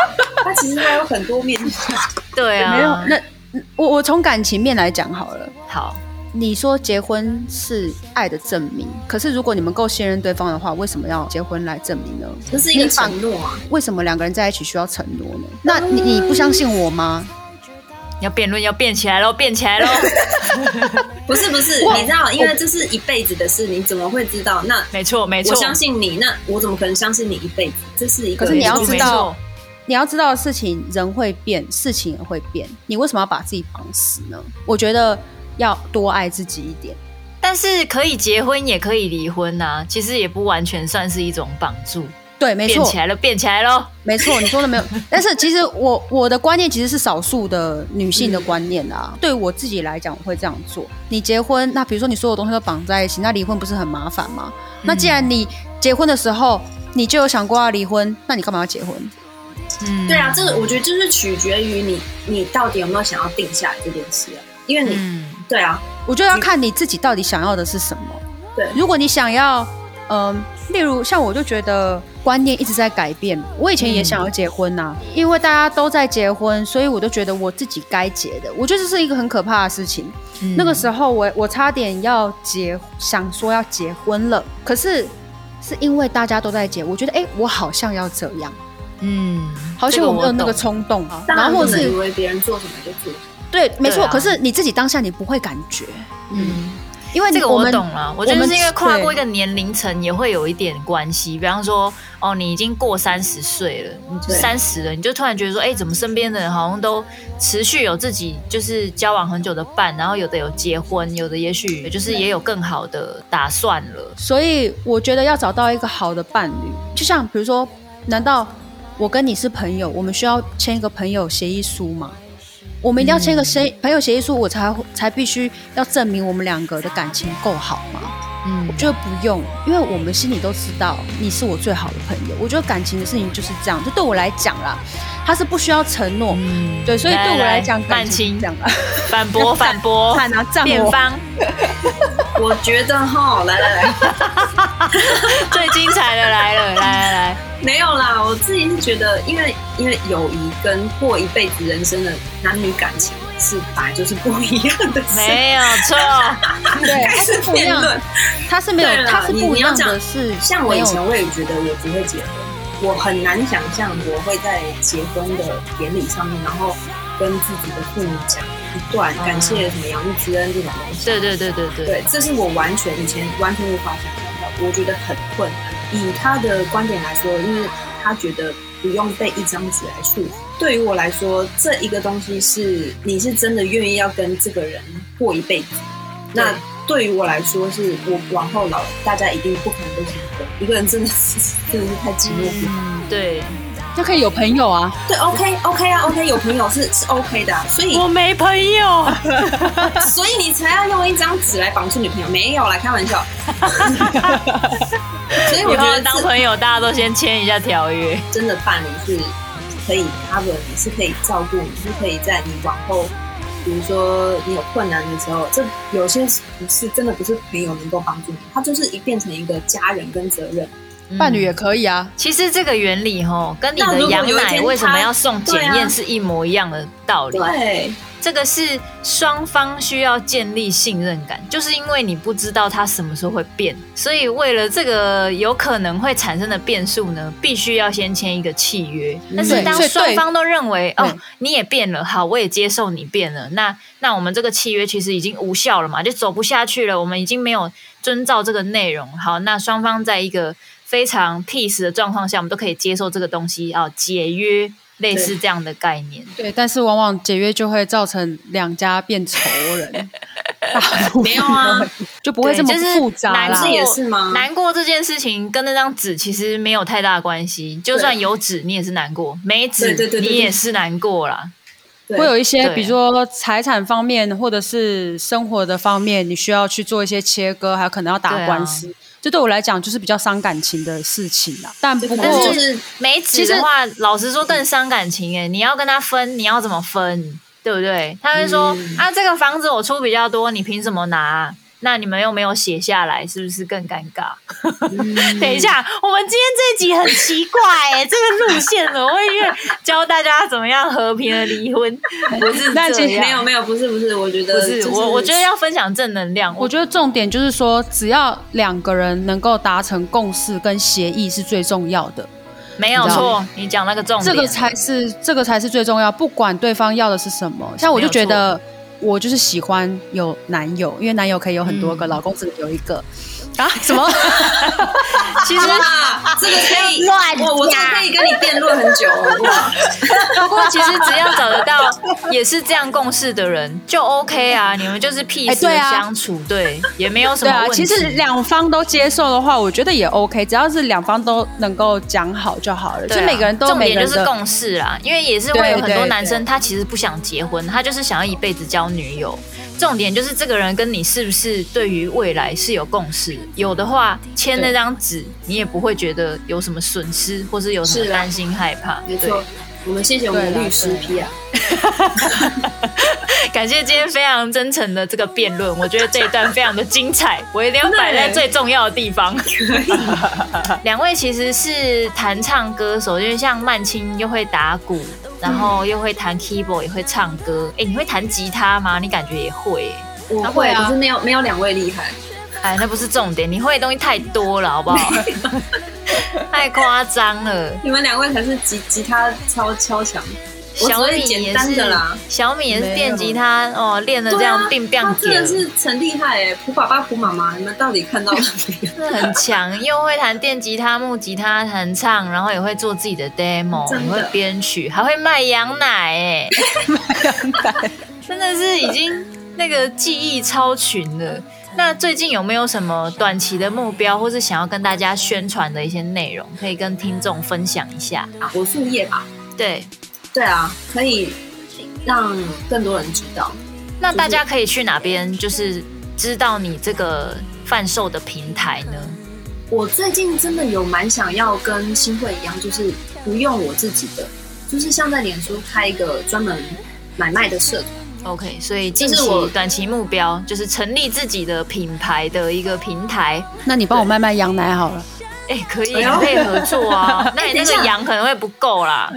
Speaker 3: 他其实还有很多面向。
Speaker 2: 对
Speaker 4: 没有
Speaker 2: 啊，，
Speaker 4: 那我我从感情面来讲好了。
Speaker 2: 好，
Speaker 4: 你说结婚是爱的证明，可是如果你们够信任对方的话，为什么要结婚来证明呢？
Speaker 3: 这是一个
Speaker 4: 你反
Speaker 3: 承诺啊，
Speaker 4: 为什么两个人在一起需要承诺呢？那你你不相信我吗？
Speaker 2: 要辩论，要辩起来喽，辩起
Speaker 4: <laughs>
Speaker 2: 来喽，
Speaker 3: 不是不是，你知道，因为这是一辈子的事，你怎么会知道？那
Speaker 2: 没错，没错，
Speaker 3: 我相信你，那我怎么可能相信你一辈子？这是一个，
Speaker 4: 可是你要
Speaker 2: 没错
Speaker 4: 知道，你要知道的事情，人会变，事情也会变，你为什么要把自己绑死呢？我觉得要多爱自己一点。
Speaker 2: 没错但是可以结婚，也可以离婚呐，其实也不完全算是一种绑住，
Speaker 4: 对，没
Speaker 2: 变
Speaker 4: 错
Speaker 2: 起，来了，变起来喽，
Speaker 4: 没错，你说
Speaker 2: <laughs>
Speaker 4: 的没有。但是其实我我的观念其实是少数的女性的观念啊。对我自己来讲，我会这样做。你结婚，那比如说你所有东西都绑在一起，那离婚不是很麻烦吗？那既然你结婚的时候你就有想过要离婚，那你干嘛要结婚？
Speaker 2: 嗯，
Speaker 3: 对啊，这个我觉得就是取决于你，你到底有没有想要定下来这件事啊？因为你，
Speaker 2: 嗯。
Speaker 3: 对啊，
Speaker 4: 我觉得要看你自己到底想要的是什么。
Speaker 3: 对
Speaker 4: 如果你想要，嗯，例如像我就觉得观念一直在改变。我以前也想要结婚呐、
Speaker 2: 嗯
Speaker 4: 因为大家都在结婚，所以我就觉得我自己该结的。我觉得这是一个很可怕的事情。
Speaker 2: 嗯
Speaker 4: 那个时候我我差点要结，想说要结婚了，可是是因为大家都在结，我觉得哎、诶我好像要这样，
Speaker 2: 嗯，
Speaker 4: 好
Speaker 2: 这
Speaker 4: 像我没有那个
Speaker 2: 懂
Speaker 4: 冲动，
Speaker 3: 当
Speaker 4: 然
Speaker 3: 然
Speaker 4: 后
Speaker 3: 不
Speaker 4: 或
Speaker 3: 能以
Speaker 4: 是
Speaker 3: 为别人做什么就做什么。
Speaker 4: 对，没错。
Speaker 2: 对啊
Speaker 4: 可是你自己当下你不会感觉，
Speaker 2: 嗯，
Speaker 4: 因为
Speaker 2: 这个
Speaker 4: 我
Speaker 2: 我
Speaker 4: 们
Speaker 2: 懂了。我觉得
Speaker 4: 们
Speaker 2: 是因为跨过一
Speaker 4: 对
Speaker 2: 个年龄层也会有一点关系，比方说，哦，你已经过三十岁了，你就
Speaker 3: 对
Speaker 2: 三十了，你就突然觉得说，哎，怎么身边的人好像都持续有自己就是交往很久的伴，然后有的有结婚，有的也许就是也有更好的打算了。
Speaker 4: 所以我觉得要找到一个好的伴侣，就像比如说，难道我跟你是朋友，我们需要签一个朋友协议书吗？我们一定要签
Speaker 3: 嗯
Speaker 4: 一个协朋友协议书，我才会才必须要证明我们两个的感情够好吗？
Speaker 2: 嗯
Speaker 4: 我，觉得不用，因为我们心里都知道你是我最好的朋友。我觉得感情的事情就是这样，就对我来讲啦，它是不需要承诺。
Speaker 2: 嗯
Speaker 4: 对，所以对我来讲，
Speaker 2: 慢
Speaker 4: 感情
Speaker 2: 青
Speaker 4: 是这样啦， <laughs>
Speaker 2: 反驳反驳，
Speaker 4: 看啊，站
Speaker 2: 辩
Speaker 3: 哦
Speaker 4: 我。
Speaker 2: 方
Speaker 3: 我觉得 <laughs> 哈，来来来，
Speaker 2: 最精彩的来了，来来来，
Speaker 3: 没有啦，我自己是觉得，因为因为友谊跟过一辈子人生的男女感情是本来就是不一样的事。
Speaker 2: 没有错，
Speaker 4: 对，它是不一
Speaker 3: 辩 <laughs>
Speaker 4: 样，
Speaker 3: 论，
Speaker 4: 它是没
Speaker 3: 对
Speaker 4: 有，
Speaker 3: 啦
Speaker 4: 它是
Speaker 3: 你
Speaker 4: 不一
Speaker 3: 你要
Speaker 4: 样的
Speaker 3: 讲
Speaker 4: 是，
Speaker 3: 像我
Speaker 4: 没
Speaker 3: 以
Speaker 4: 有
Speaker 3: 前我也觉得我不会结婚，我很难想象我会在结婚的典礼上面，然后跟自己的父母讲一段
Speaker 2: 嗯
Speaker 3: 感谢什么养育之恩这种东西。
Speaker 2: 对对对对对。
Speaker 3: 对，这是我完全以前完全无法想象的，我觉得很困难。以他的观点来说，因为他觉得不用被一张纸来束缚，对于我来说，这一个东西是你是真的愿意要跟这个人过一辈子。那对于我来说是，我往后老了，大家一定不可能都是一个人，一个人真的是 <laughs> 真的是太寂寞
Speaker 2: 嗯
Speaker 3: 了。
Speaker 2: 对，
Speaker 4: 就可以有朋友啊。
Speaker 3: 对，OK OK 啊，OK 有朋友是是 OK 的啊、所以
Speaker 5: 我没朋友，
Speaker 3: <laughs> 所以你才要用一张纸来绑住女朋友，没有啦，开玩 <laughs> 笑。所哎以我
Speaker 2: 以
Speaker 3: 觉
Speaker 2: 后
Speaker 3: 得
Speaker 2: 当
Speaker 3: 这
Speaker 2: 朋友大家都先签一下条约。
Speaker 3: 真的伴侣是可以 cover 你，是可以照顾你，是可以在你往后，比如说你有困难的时候，这有些不是真的不是朋友能够帮助你，他就是一变成一个家人跟责任。
Speaker 2: 嗯
Speaker 4: 伴侣也可以啊，
Speaker 2: 其实这个原理吼，跟你
Speaker 3: 那
Speaker 2: 的
Speaker 3: 如果
Speaker 2: 羊
Speaker 3: 有一天
Speaker 2: 奶
Speaker 3: 他
Speaker 2: 为什么要送
Speaker 3: 对
Speaker 2: 检
Speaker 3: 啊
Speaker 2: 验是一模一样的道理。
Speaker 3: 对，啊
Speaker 2: 这个是双方需要建立信任感，就是因为你不知道他什么时候会变，所以为了这个有可能会产生的变数呢，必须要先签一个契约。但是
Speaker 4: 嗯对
Speaker 2: 当
Speaker 4: 所以
Speaker 2: 双
Speaker 4: 对
Speaker 2: 方都认为哦
Speaker 4: 对，
Speaker 2: 你也变了，好，我也接受你变了，那那我们这个契约其实已经无效了嘛，就走不下去了，我们已经没有遵照这个内容。好，那双方在一个非常 peace 的状况下，我们都可以接受这个东西啊、哦，解约类似这样的概念。
Speaker 4: 对，但是往往解约就会造成两家变仇人，大部分
Speaker 3: 没有啊，
Speaker 4: 就不会这么
Speaker 2: 对就是
Speaker 4: 复杂
Speaker 2: 男
Speaker 4: 啦
Speaker 3: 这
Speaker 2: 性。
Speaker 3: 也是吗？
Speaker 2: 难过这件事情跟那张纸其实没有太大的关系，就算有纸你也是难过，没纸
Speaker 3: 对对对对对
Speaker 2: 你也是难过啦。
Speaker 3: 对
Speaker 4: 会有一些，
Speaker 2: 对
Speaker 4: 比如说财产方面或者是生活的方面，你需要去做一些切割，还有可能要
Speaker 2: 对
Speaker 4: 打
Speaker 2: 啊
Speaker 4: 官司。这对我来讲就是比较伤感情的事情啦。但不过
Speaker 3: 但
Speaker 2: 是
Speaker 3: 就
Speaker 4: 就是
Speaker 2: 没纸的话，老实说更伤感情欸诶、你要跟他分，你要怎么分，对不对？他会说、
Speaker 3: 嗯
Speaker 2: 啊，这个房子我出比较多，你凭什么拿？那你们又没有写下来，是不是更尴尬？
Speaker 3: 嗯
Speaker 2: <laughs> 等一下，我们今天这集很奇怪诶、这个路线怎么会越教大家怎么样和平的离婚？不是
Speaker 4: 那其
Speaker 2: 这
Speaker 4: 实
Speaker 2: 样
Speaker 3: 没有没有，不是不是，我觉
Speaker 2: 不
Speaker 3: 得
Speaker 2: 是
Speaker 3: 就是
Speaker 2: 我，我觉得要分享正能量。
Speaker 4: 我觉得重点就是说，只要两个人能够达成共识跟协议是最重要的，
Speaker 2: 没有
Speaker 4: 你知道
Speaker 2: 错，你讲那个重点，
Speaker 4: 这个才是这个才是最重要。不管对方要的是什么，像我就觉得我就是喜欢有男友，因为男友可以有很多个，
Speaker 2: 嗯
Speaker 4: 老公只能有一个啊？ <laughs> 什么？
Speaker 2: 其实。
Speaker 3: 啊， <laughs> 这个可以
Speaker 1: 乱
Speaker 3: 我我这个
Speaker 1: 讲
Speaker 3: 可以跟你辩论很久，好不好？
Speaker 2: 不过其实只要找得到
Speaker 4: <laughs>
Speaker 2: 也是这样共事的人，就 OK 啊。你们就是 peace
Speaker 4: 哎对
Speaker 2: 的
Speaker 4: 啊
Speaker 2: 相处，对，也没有什
Speaker 4: 对
Speaker 2: 么
Speaker 4: 啊，
Speaker 2: 问题。
Speaker 4: 其实两方都接受的话，我觉得也 OK，只要是两方都能够讲好就好了。
Speaker 2: 对啊
Speaker 4: 就每个人都有
Speaker 2: 重
Speaker 4: 每
Speaker 2: 点
Speaker 4: 个
Speaker 2: 就
Speaker 4: 人
Speaker 2: 是
Speaker 4: 的
Speaker 2: 共事啦，因为也是会有很
Speaker 4: 对
Speaker 2: 多
Speaker 4: 对
Speaker 2: 男生他其实不想结婚，他就是想要一辈子交女友。重点就是这个人跟你是不是对于未来是有共识，有的话签那张纸，你也不会觉得有什么损失，或是有什么
Speaker 3: 是啊
Speaker 2: 担心害怕。
Speaker 3: 没
Speaker 2: 对。
Speaker 3: 错，我们谢谢我们的律师 P 啊，
Speaker 2: 感谢今天非常真诚的这个辩论，我觉得这一段非常的精
Speaker 3: <laughs>
Speaker 2: 彩，我一定要摆在最重要的地方。 <laughs> 两位其实是弹唱歌手，因为像曼青又会打鼓，然后又会弹 keyboard，也会唱歌。哎、你会弹吉他吗？你感觉也会、
Speaker 3: 我
Speaker 2: 啊
Speaker 3: 会，
Speaker 2: 会啊
Speaker 3: 可是没有没有两位厉害。
Speaker 2: 哎，那不是重点，你会的东西太多了，好不
Speaker 3: <laughs>
Speaker 2: 好？太夸张了。
Speaker 3: 你们两位才是吉吉他超超强，我只
Speaker 2: 小米
Speaker 3: 会
Speaker 2: 也
Speaker 3: 简单的
Speaker 2: 是
Speaker 3: 啦，
Speaker 2: 小米也是
Speaker 4: 没
Speaker 2: 电
Speaker 4: 有
Speaker 2: 吉他哦，练的这样并
Speaker 3: 对
Speaker 2: 并
Speaker 3: 啊他真
Speaker 2: 点
Speaker 3: 的是很厉害哎，蒲爸爸、蒲妈妈，你们到底
Speaker 2: <laughs>
Speaker 3: 看到了没有？
Speaker 2: 真的很强，又会弹电吉他、木吉他、弹唱，然后也会做自己的 demo，
Speaker 3: 真
Speaker 2: 也
Speaker 3: 的
Speaker 2: 会编曲，还会卖羊奶、欸，
Speaker 3: <laughs>
Speaker 2: 真的是已经那个技艺超群了。那最近有没有什么短期的目标，或是想要跟大家宣传的一些内容，可以跟听众分享一下？
Speaker 3: 啊我副业吧，
Speaker 2: 对，
Speaker 3: 对啊，可以让更多人知道。
Speaker 2: 那大家可以去哪边，就是知道你这个贩售的平台呢？
Speaker 3: 我最近真的有蛮想要跟新会一样，就是不用我自己的，就是像在脸书开一个专门买卖的社团。
Speaker 2: OK，所以近
Speaker 3: 是
Speaker 2: 期
Speaker 3: 我
Speaker 2: 短期目标就是成立自己的品牌的一个平台。
Speaker 4: 那你帮我卖卖羊奶好了。
Speaker 2: 哎、可以
Speaker 3: 哎呦
Speaker 2: 可以合作啊，那你那
Speaker 3: 等一
Speaker 2: 个
Speaker 3: 下
Speaker 2: 羊可能会不够啦。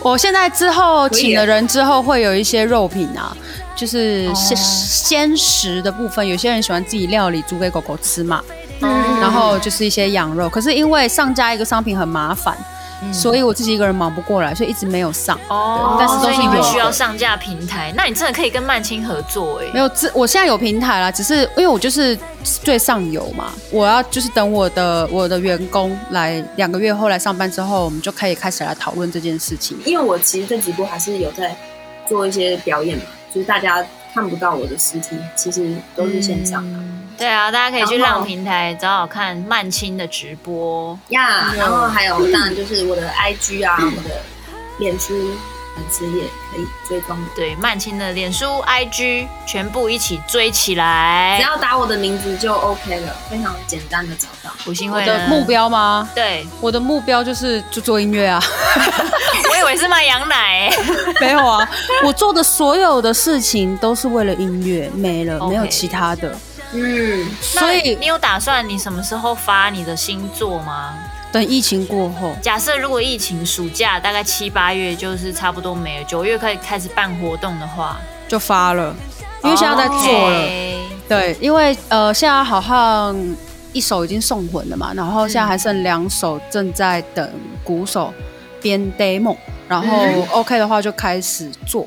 Speaker 4: 我现在之后
Speaker 3: 可以啊
Speaker 4: 请了人之后，会有一些肉品啊，就是鲜
Speaker 2: 哦
Speaker 4: 鲜食的部分。有些人喜欢自己料理，煮给狗狗吃嘛。
Speaker 2: 嗯
Speaker 4: 然后就是一些羊肉，可是因为上架一个商品很麻烦，所以我自己一个人忙不过来，所以一直没有上。
Speaker 2: 哦，
Speaker 4: 但是都
Speaker 2: 所
Speaker 4: 是
Speaker 2: 以你们
Speaker 4: 有
Speaker 2: 需要
Speaker 4: 的
Speaker 2: 上架平台，那你真的可以跟曼青合作哎、
Speaker 4: 没有，这我现在有平台啦，只是因为我就是最上游嘛，我要就是等我的我的员工来两个月后来上班之后，我们就可以开始来讨论这件事情。
Speaker 3: 因为我其实，在直播还是有在做一些表演嘛，就是大家看不到我的实体，其实都是线
Speaker 4: 嗯
Speaker 3: 上的
Speaker 2: 对啊，大家可以去
Speaker 3: 然后
Speaker 2: 浪平台找找看曼青的直播。
Speaker 3: 呀。然后还有，当然就是我的 IG 啊，我的脸书啊粉丝也可以追踪我。
Speaker 2: 对，曼青的脸书、IG 全部一起追起来
Speaker 3: 只。要打我的名字就 OK 了，非常简单的找到。
Speaker 2: 五星
Speaker 4: 我
Speaker 2: 会
Speaker 4: 的
Speaker 2: 呢
Speaker 4: 目，标吗？
Speaker 2: 对
Speaker 4: 我的目标就是就做音乐啊，
Speaker 2: 我以为是卖羊奶、欸，
Speaker 4: 没有啊，我做的所有的事情都是为了音乐，没了，没有
Speaker 2: OK
Speaker 4: 其他的。
Speaker 3: 嗯，
Speaker 4: 所以
Speaker 2: 那你有打算你什么时候发你的新作吗？
Speaker 4: 等疫情过后，
Speaker 2: 假设如果疫情暑假大概七八月就是差不多没了，九月可以开始办活动的话，哦
Speaker 4: 就发了，因为现在在做了。
Speaker 2: OK
Speaker 4: 对，因为呃，现在好像一首已经送魂了嘛，然后现在
Speaker 2: 嗯
Speaker 4: 还剩两首正在等鼓手编 demo，然后
Speaker 3: 嗯
Speaker 4: OK 的话就开始做。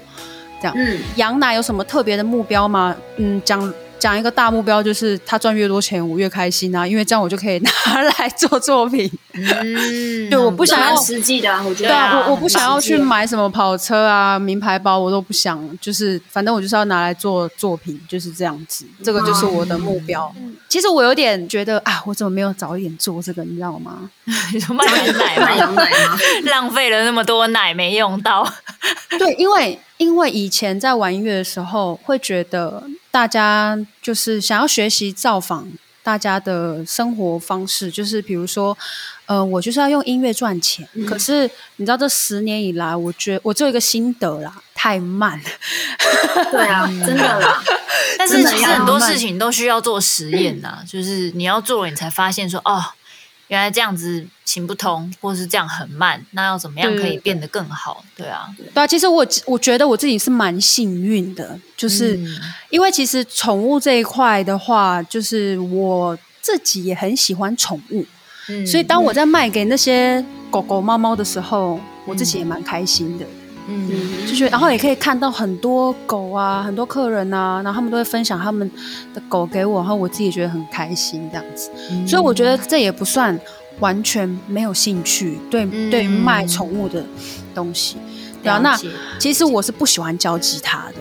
Speaker 3: 嗯，
Speaker 4: 杨乃有什么特别的目标吗？嗯，讲讲一个大目标，就是他赚越多钱，我越开心啊，因为这样我就可以拿来做作品。
Speaker 2: 嗯，
Speaker 4: 对，我不
Speaker 3: 不
Speaker 4: 想要
Speaker 3: 蛮。实际的、啊，我觉
Speaker 4: 对
Speaker 3: 得
Speaker 2: 对啊
Speaker 4: 啊，我我不
Speaker 3: 很
Speaker 4: 想要
Speaker 3: 实际
Speaker 4: 去买什么跑车啊、名牌包，我都不想，就是反正我就是要拿来做作品，就是这样子。
Speaker 3: 嗯
Speaker 4: 这个就是我的目标。其实我有点觉得啊，我怎么没有早一点做这个，你知道吗？
Speaker 2: 你说卖羊奶
Speaker 3: 卖
Speaker 2: 吗？
Speaker 3: 羊奶吗？
Speaker 2: 浪费了那么多奶没用
Speaker 4: <laughs>
Speaker 2: 到，
Speaker 4: 对，因为因为以前在玩音乐的时候，会觉得大家就是想要学习造访大家的生活方式，就是比如说，呃，我就是要用音乐赚钱。
Speaker 3: 嗯
Speaker 4: 可是你知道，这十年以来，我觉我只有一个心得啦，太慢了。
Speaker 3: 对啊，真的
Speaker 4: <laughs>
Speaker 3: 啦，
Speaker 2: 但是
Speaker 3: 真的
Speaker 2: 其实
Speaker 3: 要
Speaker 2: 很多
Speaker 4: 慢
Speaker 2: 事情都需要做实验呐、就是你要做了，你才发现说哦，原来这样子行不通，或是这样很慢，那要怎么样
Speaker 4: 对
Speaker 2: 可以
Speaker 4: 对
Speaker 2: 变得更好？对啊，
Speaker 4: 对啊，其实我我觉得我自己是蛮幸运的，就是、
Speaker 2: 嗯
Speaker 4: 因为其实宠物这一块的话，就是我自己也很喜欢宠物，
Speaker 2: 嗯
Speaker 4: 所以当我在卖给那些狗狗、猫猫的时候，我自己也蛮开心的，
Speaker 2: 嗯
Speaker 3: 嗯，
Speaker 4: 就觉得然后也可以看到很多狗啊，很多客人啊，然后他们都会分享他们的狗给我，然后我自己也觉得很开心这样子，
Speaker 2: 嗯
Speaker 4: 所以我觉得这也不算完全没有兴趣对、
Speaker 2: 嗯
Speaker 4: 对卖宠物的东西，对啊，
Speaker 2: 了
Speaker 4: 那
Speaker 2: 解
Speaker 4: 其实我是不喜欢教吉他的。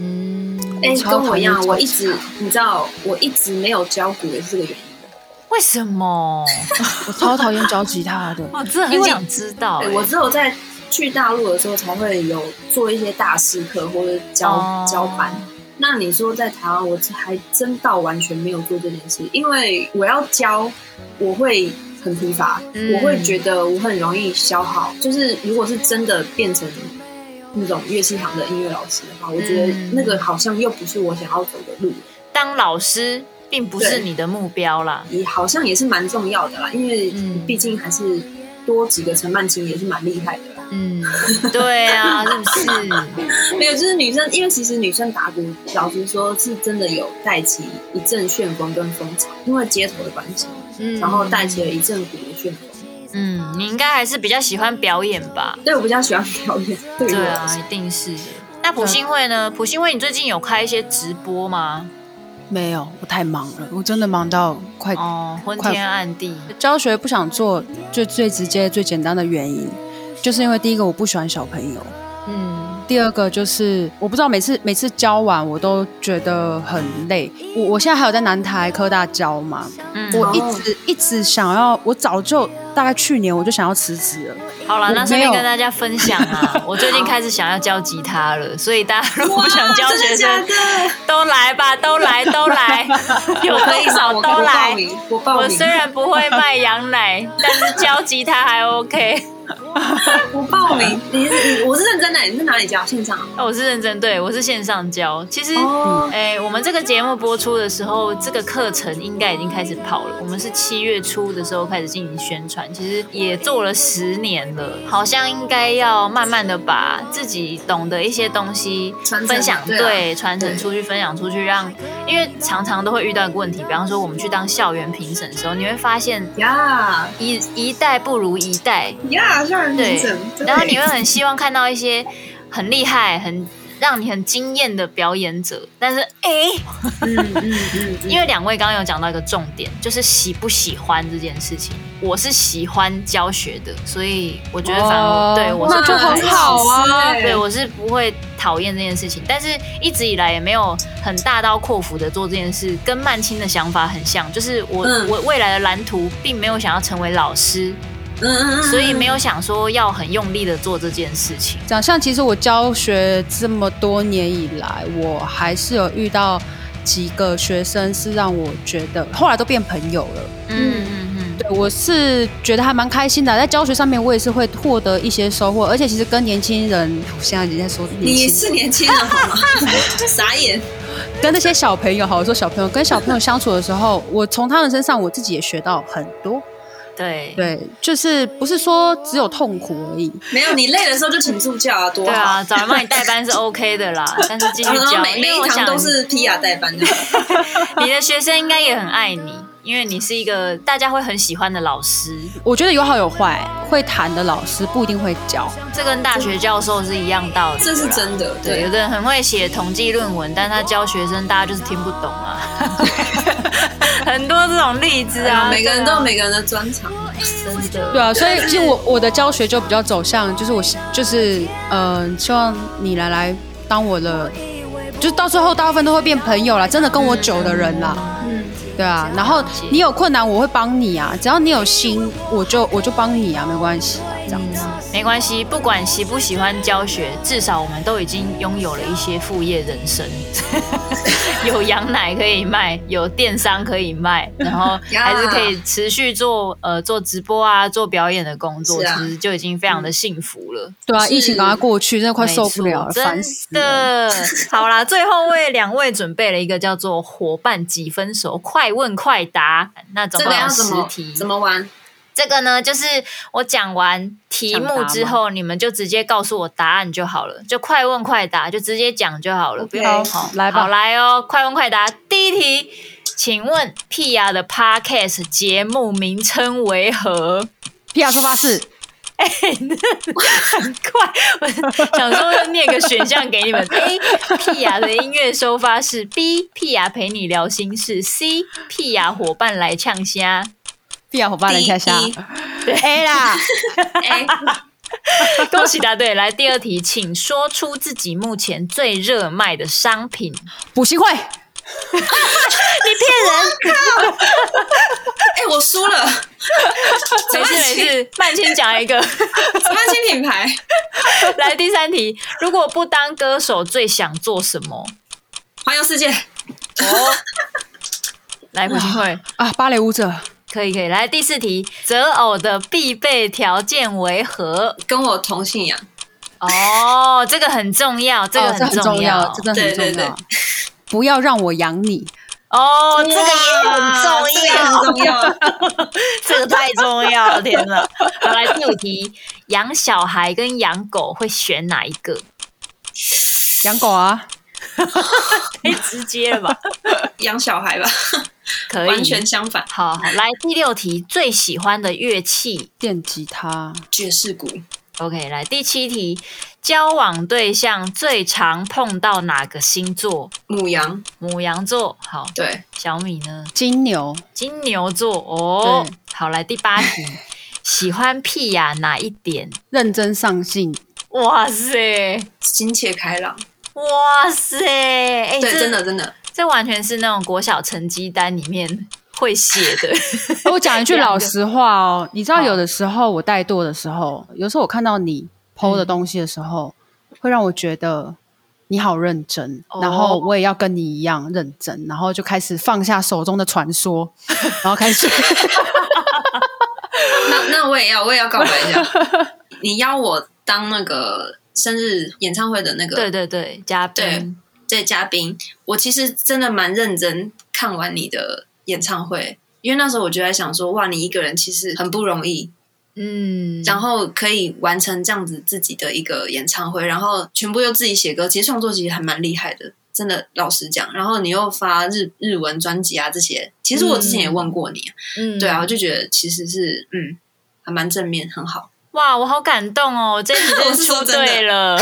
Speaker 2: 嗯，
Speaker 3: 哎、
Speaker 4: 超
Speaker 3: 跟我一样
Speaker 4: 讨，厌
Speaker 3: 我
Speaker 4: 超
Speaker 3: 一直你知道，我一直没有教鼓也是这个原因的。
Speaker 2: 为什么？
Speaker 4: <laughs> 我超讨厌教吉他的，
Speaker 2: 我真的很想知道、
Speaker 3: 对
Speaker 2: 欸
Speaker 3: 哎我只有在去大陆的时候才会有做一些大师课或者教、
Speaker 2: 哦
Speaker 3: 教班。那你说在台湾，我还真到完全没有做这件事，因为我要教，我会很疲乏，
Speaker 2: 嗯
Speaker 3: 我会觉得我很容易消耗。就是如果是真的变成那种乐器行的音乐老师的话，我觉得
Speaker 2: 嗯
Speaker 3: 那个好像又不是我想要走的路，
Speaker 2: 当老师并不是
Speaker 3: 对
Speaker 2: 你的目标啦。
Speaker 3: 也好像也是蛮重要的啦，因为
Speaker 2: 嗯
Speaker 3: 毕竟还是多几个陈曼青也是蛮厉害的啦。
Speaker 2: 嗯，对
Speaker 3: <laughs>
Speaker 2: 啊，是不是？
Speaker 3: 没有，就是女生，因为其实女生打鼓，老实说是真的有带起一阵旋风跟风潮，因为街头的关系，
Speaker 2: 嗯，
Speaker 3: 然后带起了一阵鼓的旋风。
Speaker 2: 嗯，你应该还是比较喜欢表演吧？
Speaker 3: 对我比较喜欢表演，对于我
Speaker 2: 对
Speaker 3: 来
Speaker 2: 啊，
Speaker 3: 说
Speaker 2: 一定是的。那普信会呢？普信会，你最近有开一些直播吗？
Speaker 4: 没有，我太忙了，我真的忙到快。
Speaker 2: 哦，昏
Speaker 4: 快
Speaker 2: 天暗地。
Speaker 4: 教学不想做，就最直接、最简单的原因，就是因为第一个我不喜欢小朋友，
Speaker 2: 嗯
Speaker 4: 第二个就是我不知道每次每次教完我都觉得很累。我我现在还有在南台科大教嘛，
Speaker 2: 嗯，
Speaker 4: 我一
Speaker 3: 哦
Speaker 4: 直一直想要，我早就大概去年我就想要辞职了。
Speaker 2: 好了，
Speaker 4: 我
Speaker 2: 那顺便
Speaker 4: 没有
Speaker 2: 跟大家分享
Speaker 3: <laughs>
Speaker 2: 啊，我最近开始想要教吉他了，所以大家如果想教学
Speaker 3: 真
Speaker 2: 生
Speaker 3: 的假的，
Speaker 2: 都来吧，都来，都
Speaker 3: <laughs>
Speaker 2: 来，有
Speaker 3: 可以
Speaker 2: 多
Speaker 3: 吗
Speaker 2: 少
Speaker 3: 我
Speaker 2: 都
Speaker 3: 我报
Speaker 2: 来。
Speaker 3: 名，我报
Speaker 2: 我
Speaker 3: 名 <laughs>
Speaker 2: 虽。然不会卖羊奶，但是教吉他还 OK。
Speaker 3: 我报名，你是你我是认真的，你是哪里教？现场？啊
Speaker 2: 哦那我是认真，对我是线上教。其实，
Speaker 3: 哦
Speaker 2: 哎、我们这个节目播出的时候，这个课程应该已经开始跑了。我们是七月初的时候开始进行宣传，其实也做了十年了，好像应该要慢慢的把自己懂得一些东西
Speaker 3: 传承
Speaker 2: 分享，
Speaker 3: 对啊
Speaker 2: 对，传承
Speaker 3: 对
Speaker 2: 出去，分享出去，让因为常常都会遇到一个问题，比方说我们去当校园评审的时候，你会发现
Speaker 3: 呀
Speaker 2: 一一代不如一代，
Speaker 3: 呀，校园评
Speaker 2: 对
Speaker 3: 审，真的
Speaker 2: 然后你会很希望看到一些很厉害、很让你很惊艳的表演者，但是诶，
Speaker 3: 嗯嗯嗯嗯，
Speaker 2: 因为两位刚刚有讲到一个重点，就是喜不喜欢这件事情。我是喜欢教学的，所以我觉得反而我、
Speaker 4: 哦
Speaker 2: 对 <laughs> 我
Speaker 4: 那
Speaker 2: 是
Speaker 4: 就
Speaker 2: 不会
Speaker 4: 很好啊
Speaker 2: 对我是不会讨厌这件事情，但是一直以来也没有很大刀阔斧的做这件事，跟曼青的想法很像，就是我、
Speaker 3: 嗯
Speaker 2: 我未来的蓝图并没有想要成为老师，
Speaker 3: 嗯嗯嗯，
Speaker 2: 所以没有想说要很用力的做这件事情。
Speaker 4: 长相其实我教学这么多年以来，我还是有遇到几个学生是让我觉得后来都变朋友了。
Speaker 2: 嗯嗯嗯，
Speaker 4: 对，我是觉得还蛮开心的，在教学上面我也是会获得一些收获，而且其实跟年轻人，我现在已经在说年
Speaker 3: 你
Speaker 4: 轻人，
Speaker 3: 是年轻人
Speaker 2: <laughs>
Speaker 3: 好吗？傻眼，
Speaker 4: 跟那些小朋友，好，我说小朋友，跟小朋友相处的时候，我从他们身上我自己也学到很多。
Speaker 2: 对
Speaker 4: 对，就是不是说只有痛苦而已，
Speaker 3: 没有你累的时候就请助教啊，多
Speaker 2: 对
Speaker 3: 好
Speaker 2: 啊，。找人帮你代班
Speaker 3: <laughs>
Speaker 2: 是 OK 的啦，但是继续
Speaker 3: 然后
Speaker 2: 啊教，
Speaker 3: 每
Speaker 2: 因
Speaker 3: 每
Speaker 2: 为
Speaker 3: 一
Speaker 2: 我
Speaker 3: 堂
Speaker 2: 想
Speaker 3: 都是 PR 代
Speaker 2: <laughs>
Speaker 3: 班的，
Speaker 2: 你的学生应该也很爱你，因为你是一个大家会很喜欢的老师，
Speaker 4: 我觉得有好有坏，会弹的老师不一定会教。
Speaker 2: 这跟大学教授是一样道理。
Speaker 3: 这是。真的。
Speaker 2: 对，啊有
Speaker 3: 对，
Speaker 2: 的人很会写统计论文，但他教学生，大家就是听不懂
Speaker 3: <laughs>
Speaker 2: 啊。很多这种例子啊，
Speaker 3: 哎每个人都有
Speaker 2: 对啊
Speaker 3: 每个人的专长。
Speaker 2: 真的
Speaker 4: 对啊，所以其实我我的教学就比较走向，就是我希就是嗯、希望你来来当我的，就是到最后大部分都会变朋友啦，真的跟我久的人啦，
Speaker 3: 嗯，
Speaker 4: 对啊。然后你有困难我会帮你啊，只要你有心，我就我就帮你啊，没关系啊，这样
Speaker 2: 嗯
Speaker 4: 子。
Speaker 2: 没关系，不管喜不喜欢教学，至少我们都已经拥有了一些副业人生， <laughs> 有羊奶可以卖，有电商可以卖，然
Speaker 3: <laughs>
Speaker 2: 后
Speaker 3: Yeah
Speaker 2: 还是可以持续做呃做直播啊，做表演的工作，
Speaker 3: 是啊
Speaker 2: 其实就已经非常的幸福了。
Speaker 4: 对啊，
Speaker 3: 是
Speaker 4: 疫情赶快过去，真的快受不了了，
Speaker 2: 没错
Speaker 4: 烦死
Speaker 2: 真
Speaker 4: 了。
Speaker 2: 的。好啦，最后为两位准备了一个叫做“伙伴几分熟”快问快答，那总
Speaker 3: 这
Speaker 2: 共
Speaker 3: 个要
Speaker 2: 有
Speaker 3: 怎
Speaker 2: 十
Speaker 3: 么
Speaker 2: 题。
Speaker 3: 怎么玩？
Speaker 2: 这个呢，就是我讲完题目之后，你们就直接告诉我答案就好了，就快问快答，就直接讲就好了，不要
Speaker 3: 好
Speaker 2: 好
Speaker 4: 来吧
Speaker 2: 好来哦，快问快答。第一题，请问 p i 的 Podcast 节目名称为何？ <laughs>
Speaker 4: 皮亚说发誓，
Speaker 2: 很快，我想说念个选项给你们：A. 屁雅的音乐收发室；B. 屁雅陪你聊心事；C. 屁雅伙伴来呛虾。
Speaker 4: 皮亚伙伴来一下下
Speaker 3: 第一
Speaker 4: <laughs> ，A 啦，
Speaker 3: 哎， <laughs>
Speaker 2: <laughs> 恭喜答对！来第二题，请说出自己目前最热卖的商品。
Speaker 4: 补习会，
Speaker 3: 哎，我输了，
Speaker 2: 没事没事，曼青讲一个。 <laughs>
Speaker 3: 什么新品牌？
Speaker 2: 来第三题，如果不当歌手，最想做什么？
Speaker 3: 环游世界，
Speaker 2: 来，胡金慧，
Speaker 4: 啊，芭蕾舞者，
Speaker 2: 可以可以。来第四题，择偶的必备条件为何？
Speaker 3: 跟我同信仰。
Speaker 2: 哦，这个很重要，这个
Speaker 4: 哦这
Speaker 2: 很重要，
Speaker 4: 要，这真的很
Speaker 3: 对
Speaker 4: 重
Speaker 3: 对
Speaker 4: 要。不要让我养你，
Speaker 2: 哦，这个也很重
Speaker 3: 哇这个也很
Speaker 2: 要，
Speaker 3: 重要。
Speaker 2: <laughs> 这个太重要了，天哪！好，来第五题，养小孩跟养狗会选哪一个？
Speaker 4: 养狗啊。
Speaker 2: <laughs> 太直接了吧？
Speaker 3: 养小孩吧，
Speaker 2: 可以，
Speaker 3: 完全相反。
Speaker 2: 好。好来第六题，最喜欢的乐器。
Speaker 4: 电吉他，
Speaker 3: 爵士鼓，
Speaker 2: OK，来第七题，交往对象最常碰到哪个星座？
Speaker 3: 母羊，
Speaker 2: 母羊座。好，
Speaker 3: 对，
Speaker 2: 小米呢？
Speaker 4: 金牛，
Speaker 2: 金牛座哦
Speaker 4: 对。
Speaker 2: 好，来第八题，喜欢屁呀、哪一点？
Speaker 4: 认真上进，
Speaker 2: 哇塞，
Speaker 3: 亲切开朗，
Speaker 2: 哇塞，哎、
Speaker 3: 对，
Speaker 2: 这
Speaker 3: 真的真的，
Speaker 2: 这完全是那种国小成绩单里面会写的。
Speaker 4: 哎我讲一句老实话哦，你知道
Speaker 2: 好嗯
Speaker 4: 有的时候我怠惰的时候，有时候我看到你 PO 的东西的时候，会让我觉得你好认真，
Speaker 2: 哦
Speaker 4: 然后我也要跟你一样认真，然后就开始放下手中的传说，
Speaker 2: <laughs>
Speaker 4: 然后开始
Speaker 2: <laughs>
Speaker 3: 那那我也要，我也要告白一下。你邀我当那个生日演唱会的那
Speaker 2: <laughs> <laughs>
Speaker 3: 个
Speaker 2: 对对对，嘉宾，
Speaker 3: 对嘉宾，我其实真的蛮认真看完你的演唱会，因为那时候我就在想说，哇，你一个人其实很不容易，
Speaker 2: 嗯，
Speaker 3: 然后可以完成这样子自己的一个演唱会，然后全部又自己写歌，其实创作其实还蛮厉害的，真的老实讲。然后你又发日日文专辑啊这些，其实我之前也问过你啊、
Speaker 2: 嗯
Speaker 3: 对啊，我就觉得其实是嗯，还蛮正面，很好。
Speaker 2: 哇，我好感动哦！这一集真
Speaker 3: 我
Speaker 2: 的
Speaker 3: 是说
Speaker 2: 出
Speaker 3: 真的
Speaker 2: 对了，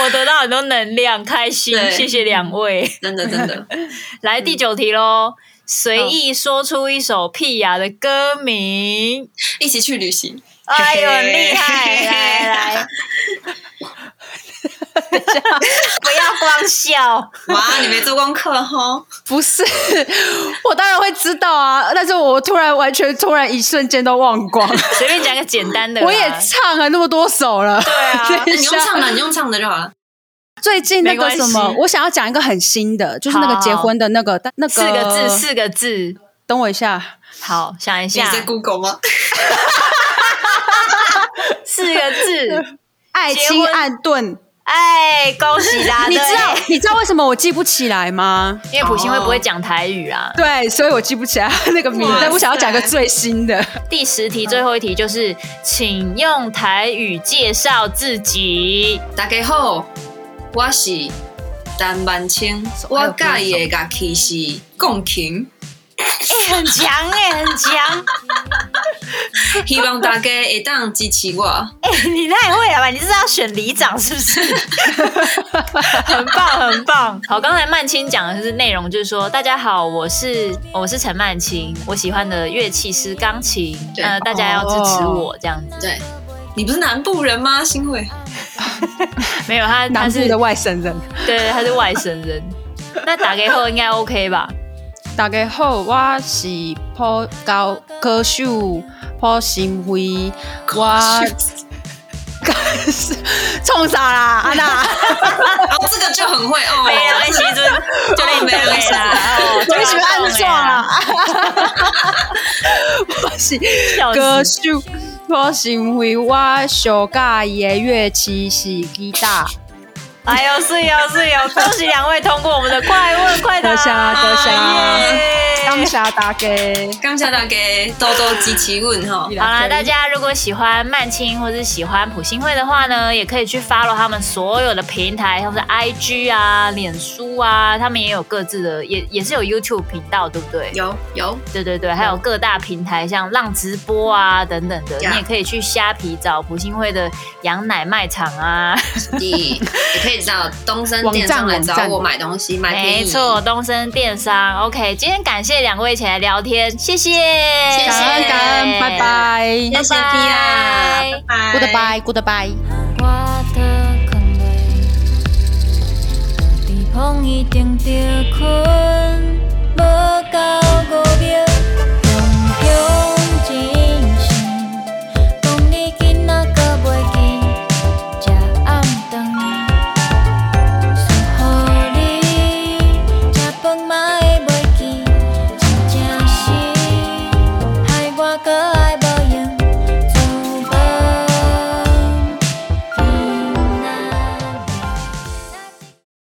Speaker 2: 我得到很多能量，开心，
Speaker 3: 对
Speaker 2: 谢谢两位。
Speaker 3: 真的，
Speaker 2: <laughs>
Speaker 3: 真的，
Speaker 2: 来第九题喽，随意说出一首屁雅的歌名。
Speaker 3: 一起去旅行，
Speaker 2: 哎呦，
Speaker 3: 嘿
Speaker 2: 很厉害！来来， <laughs> 不要光笑，
Speaker 3: 哇，你没做功课哈， <laughs>
Speaker 4: 不是，我当然会知道啊，但是我突然完全突然一瞬间都忘光，
Speaker 2: 随便讲一个简单的啦。
Speaker 4: 我也唱了那么多首了。
Speaker 2: 啊对啊，
Speaker 3: 你用唱的，你用唱的就好了。
Speaker 4: 最近那个
Speaker 2: 没关系
Speaker 4: 什么，我想要讲一个很新的，就是那个结婚的那个，但那个
Speaker 2: 四个字，四个字。
Speaker 4: 等我一下，
Speaker 2: 好，想一
Speaker 3: 你
Speaker 2: 下，
Speaker 3: 在 Google 吗？ <laughs>
Speaker 2: 四个字。
Speaker 4: 爱
Speaker 2: 结
Speaker 4: 妻
Speaker 2: 婚
Speaker 4: 暗顿。
Speaker 2: 哎，恭喜啦！
Speaker 4: <laughs> 你
Speaker 2: 对
Speaker 4: 知道你知道为什么我记不起来吗？
Speaker 2: 因为普信会不会讲台语啊。
Speaker 4: 对，所以我记不起来那个名字
Speaker 3: 哇，
Speaker 4: 但我想要讲个
Speaker 3: 塞
Speaker 4: 最新的。
Speaker 2: 第十题，最后一题就是，请用台语介绍自己。
Speaker 3: 大家好，我是陈万清，我介意的乐器是钢琴，
Speaker 2: 哎、很强哎、很强
Speaker 3: 希望大家会当支持我。
Speaker 2: 哎、你太会了吧？你是要选里长是不是？ <laughs> 很棒，很棒。好，刚才曼青讲的就是内容，就是说，大家好，我是我是陈曼青，我喜欢的乐器是钢琴，
Speaker 3: 对
Speaker 2: 呃，大家要支持我这样子。
Speaker 3: 对，你不是南部人吗？新会
Speaker 2: 没有他，他
Speaker 4: 南部
Speaker 2: 是
Speaker 4: 的外省人，
Speaker 2: 对，他是外省人。那打给后应该 OK 吧？
Speaker 4: 大家好，我是朴高歌手朴新辉，我 <laughs> 冲啥啦，安娜？
Speaker 3: 哦，这个就很会哦。
Speaker 2: 没有，其实就
Speaker 3: 对
Speaker 2: 没有
Speaker 3: 没有
Speaker 2: 啦，哦
Speaker 4: 我喜欢安撞啊啦，，
Speaker 2: 啊
Speaker 4: 我是
Speaker 2: 笑死
Speaker 4: 歌手朴新辉，我小介意的乐器是吉他。
Speaker 2: 哎呦，是哟是哟，恭喜两位通过我们的快问快答，
Speaker 4: 多谢多谢感
Speaker 2: 耶
Speaker 4: 谢大家，
Speaker 3: 感谢大家多多支持我哈。
Speaker 2: 好啦，大家如果喜欢曼青或是喜欢普星会的话呢，也可以去 follow 他们所有的平台，像是 IG 啊、脸书啊，他们也有各自的，也也是有 YouTube 频道，对不对？
Speaker 3: 有有，
Speaker 2: 对对对，还有各大平台像浪直播啊等等的，你
Speaker 3: Yeah
Speaker 2: 也可以去虾皮找普星会的羊奶卖场啊。
Speaker 3: 你也可以到东森电商来找我买东西，买便
Speaker 2: 没
Speaker 3: 宜。
Speaker 2: 错，，东森电商。OK，今天感谢两位一起来聊天，谢谢，谢
Speaker 3: 谢
Speaker 4: 感恩感恩，拜拜
Speaker 3: 谢谢 P 啊，拜拜。
Speaker 4: ，Goodbye，Goodbye。
Speaker 6: 我倒放落，在风雨中着困，无到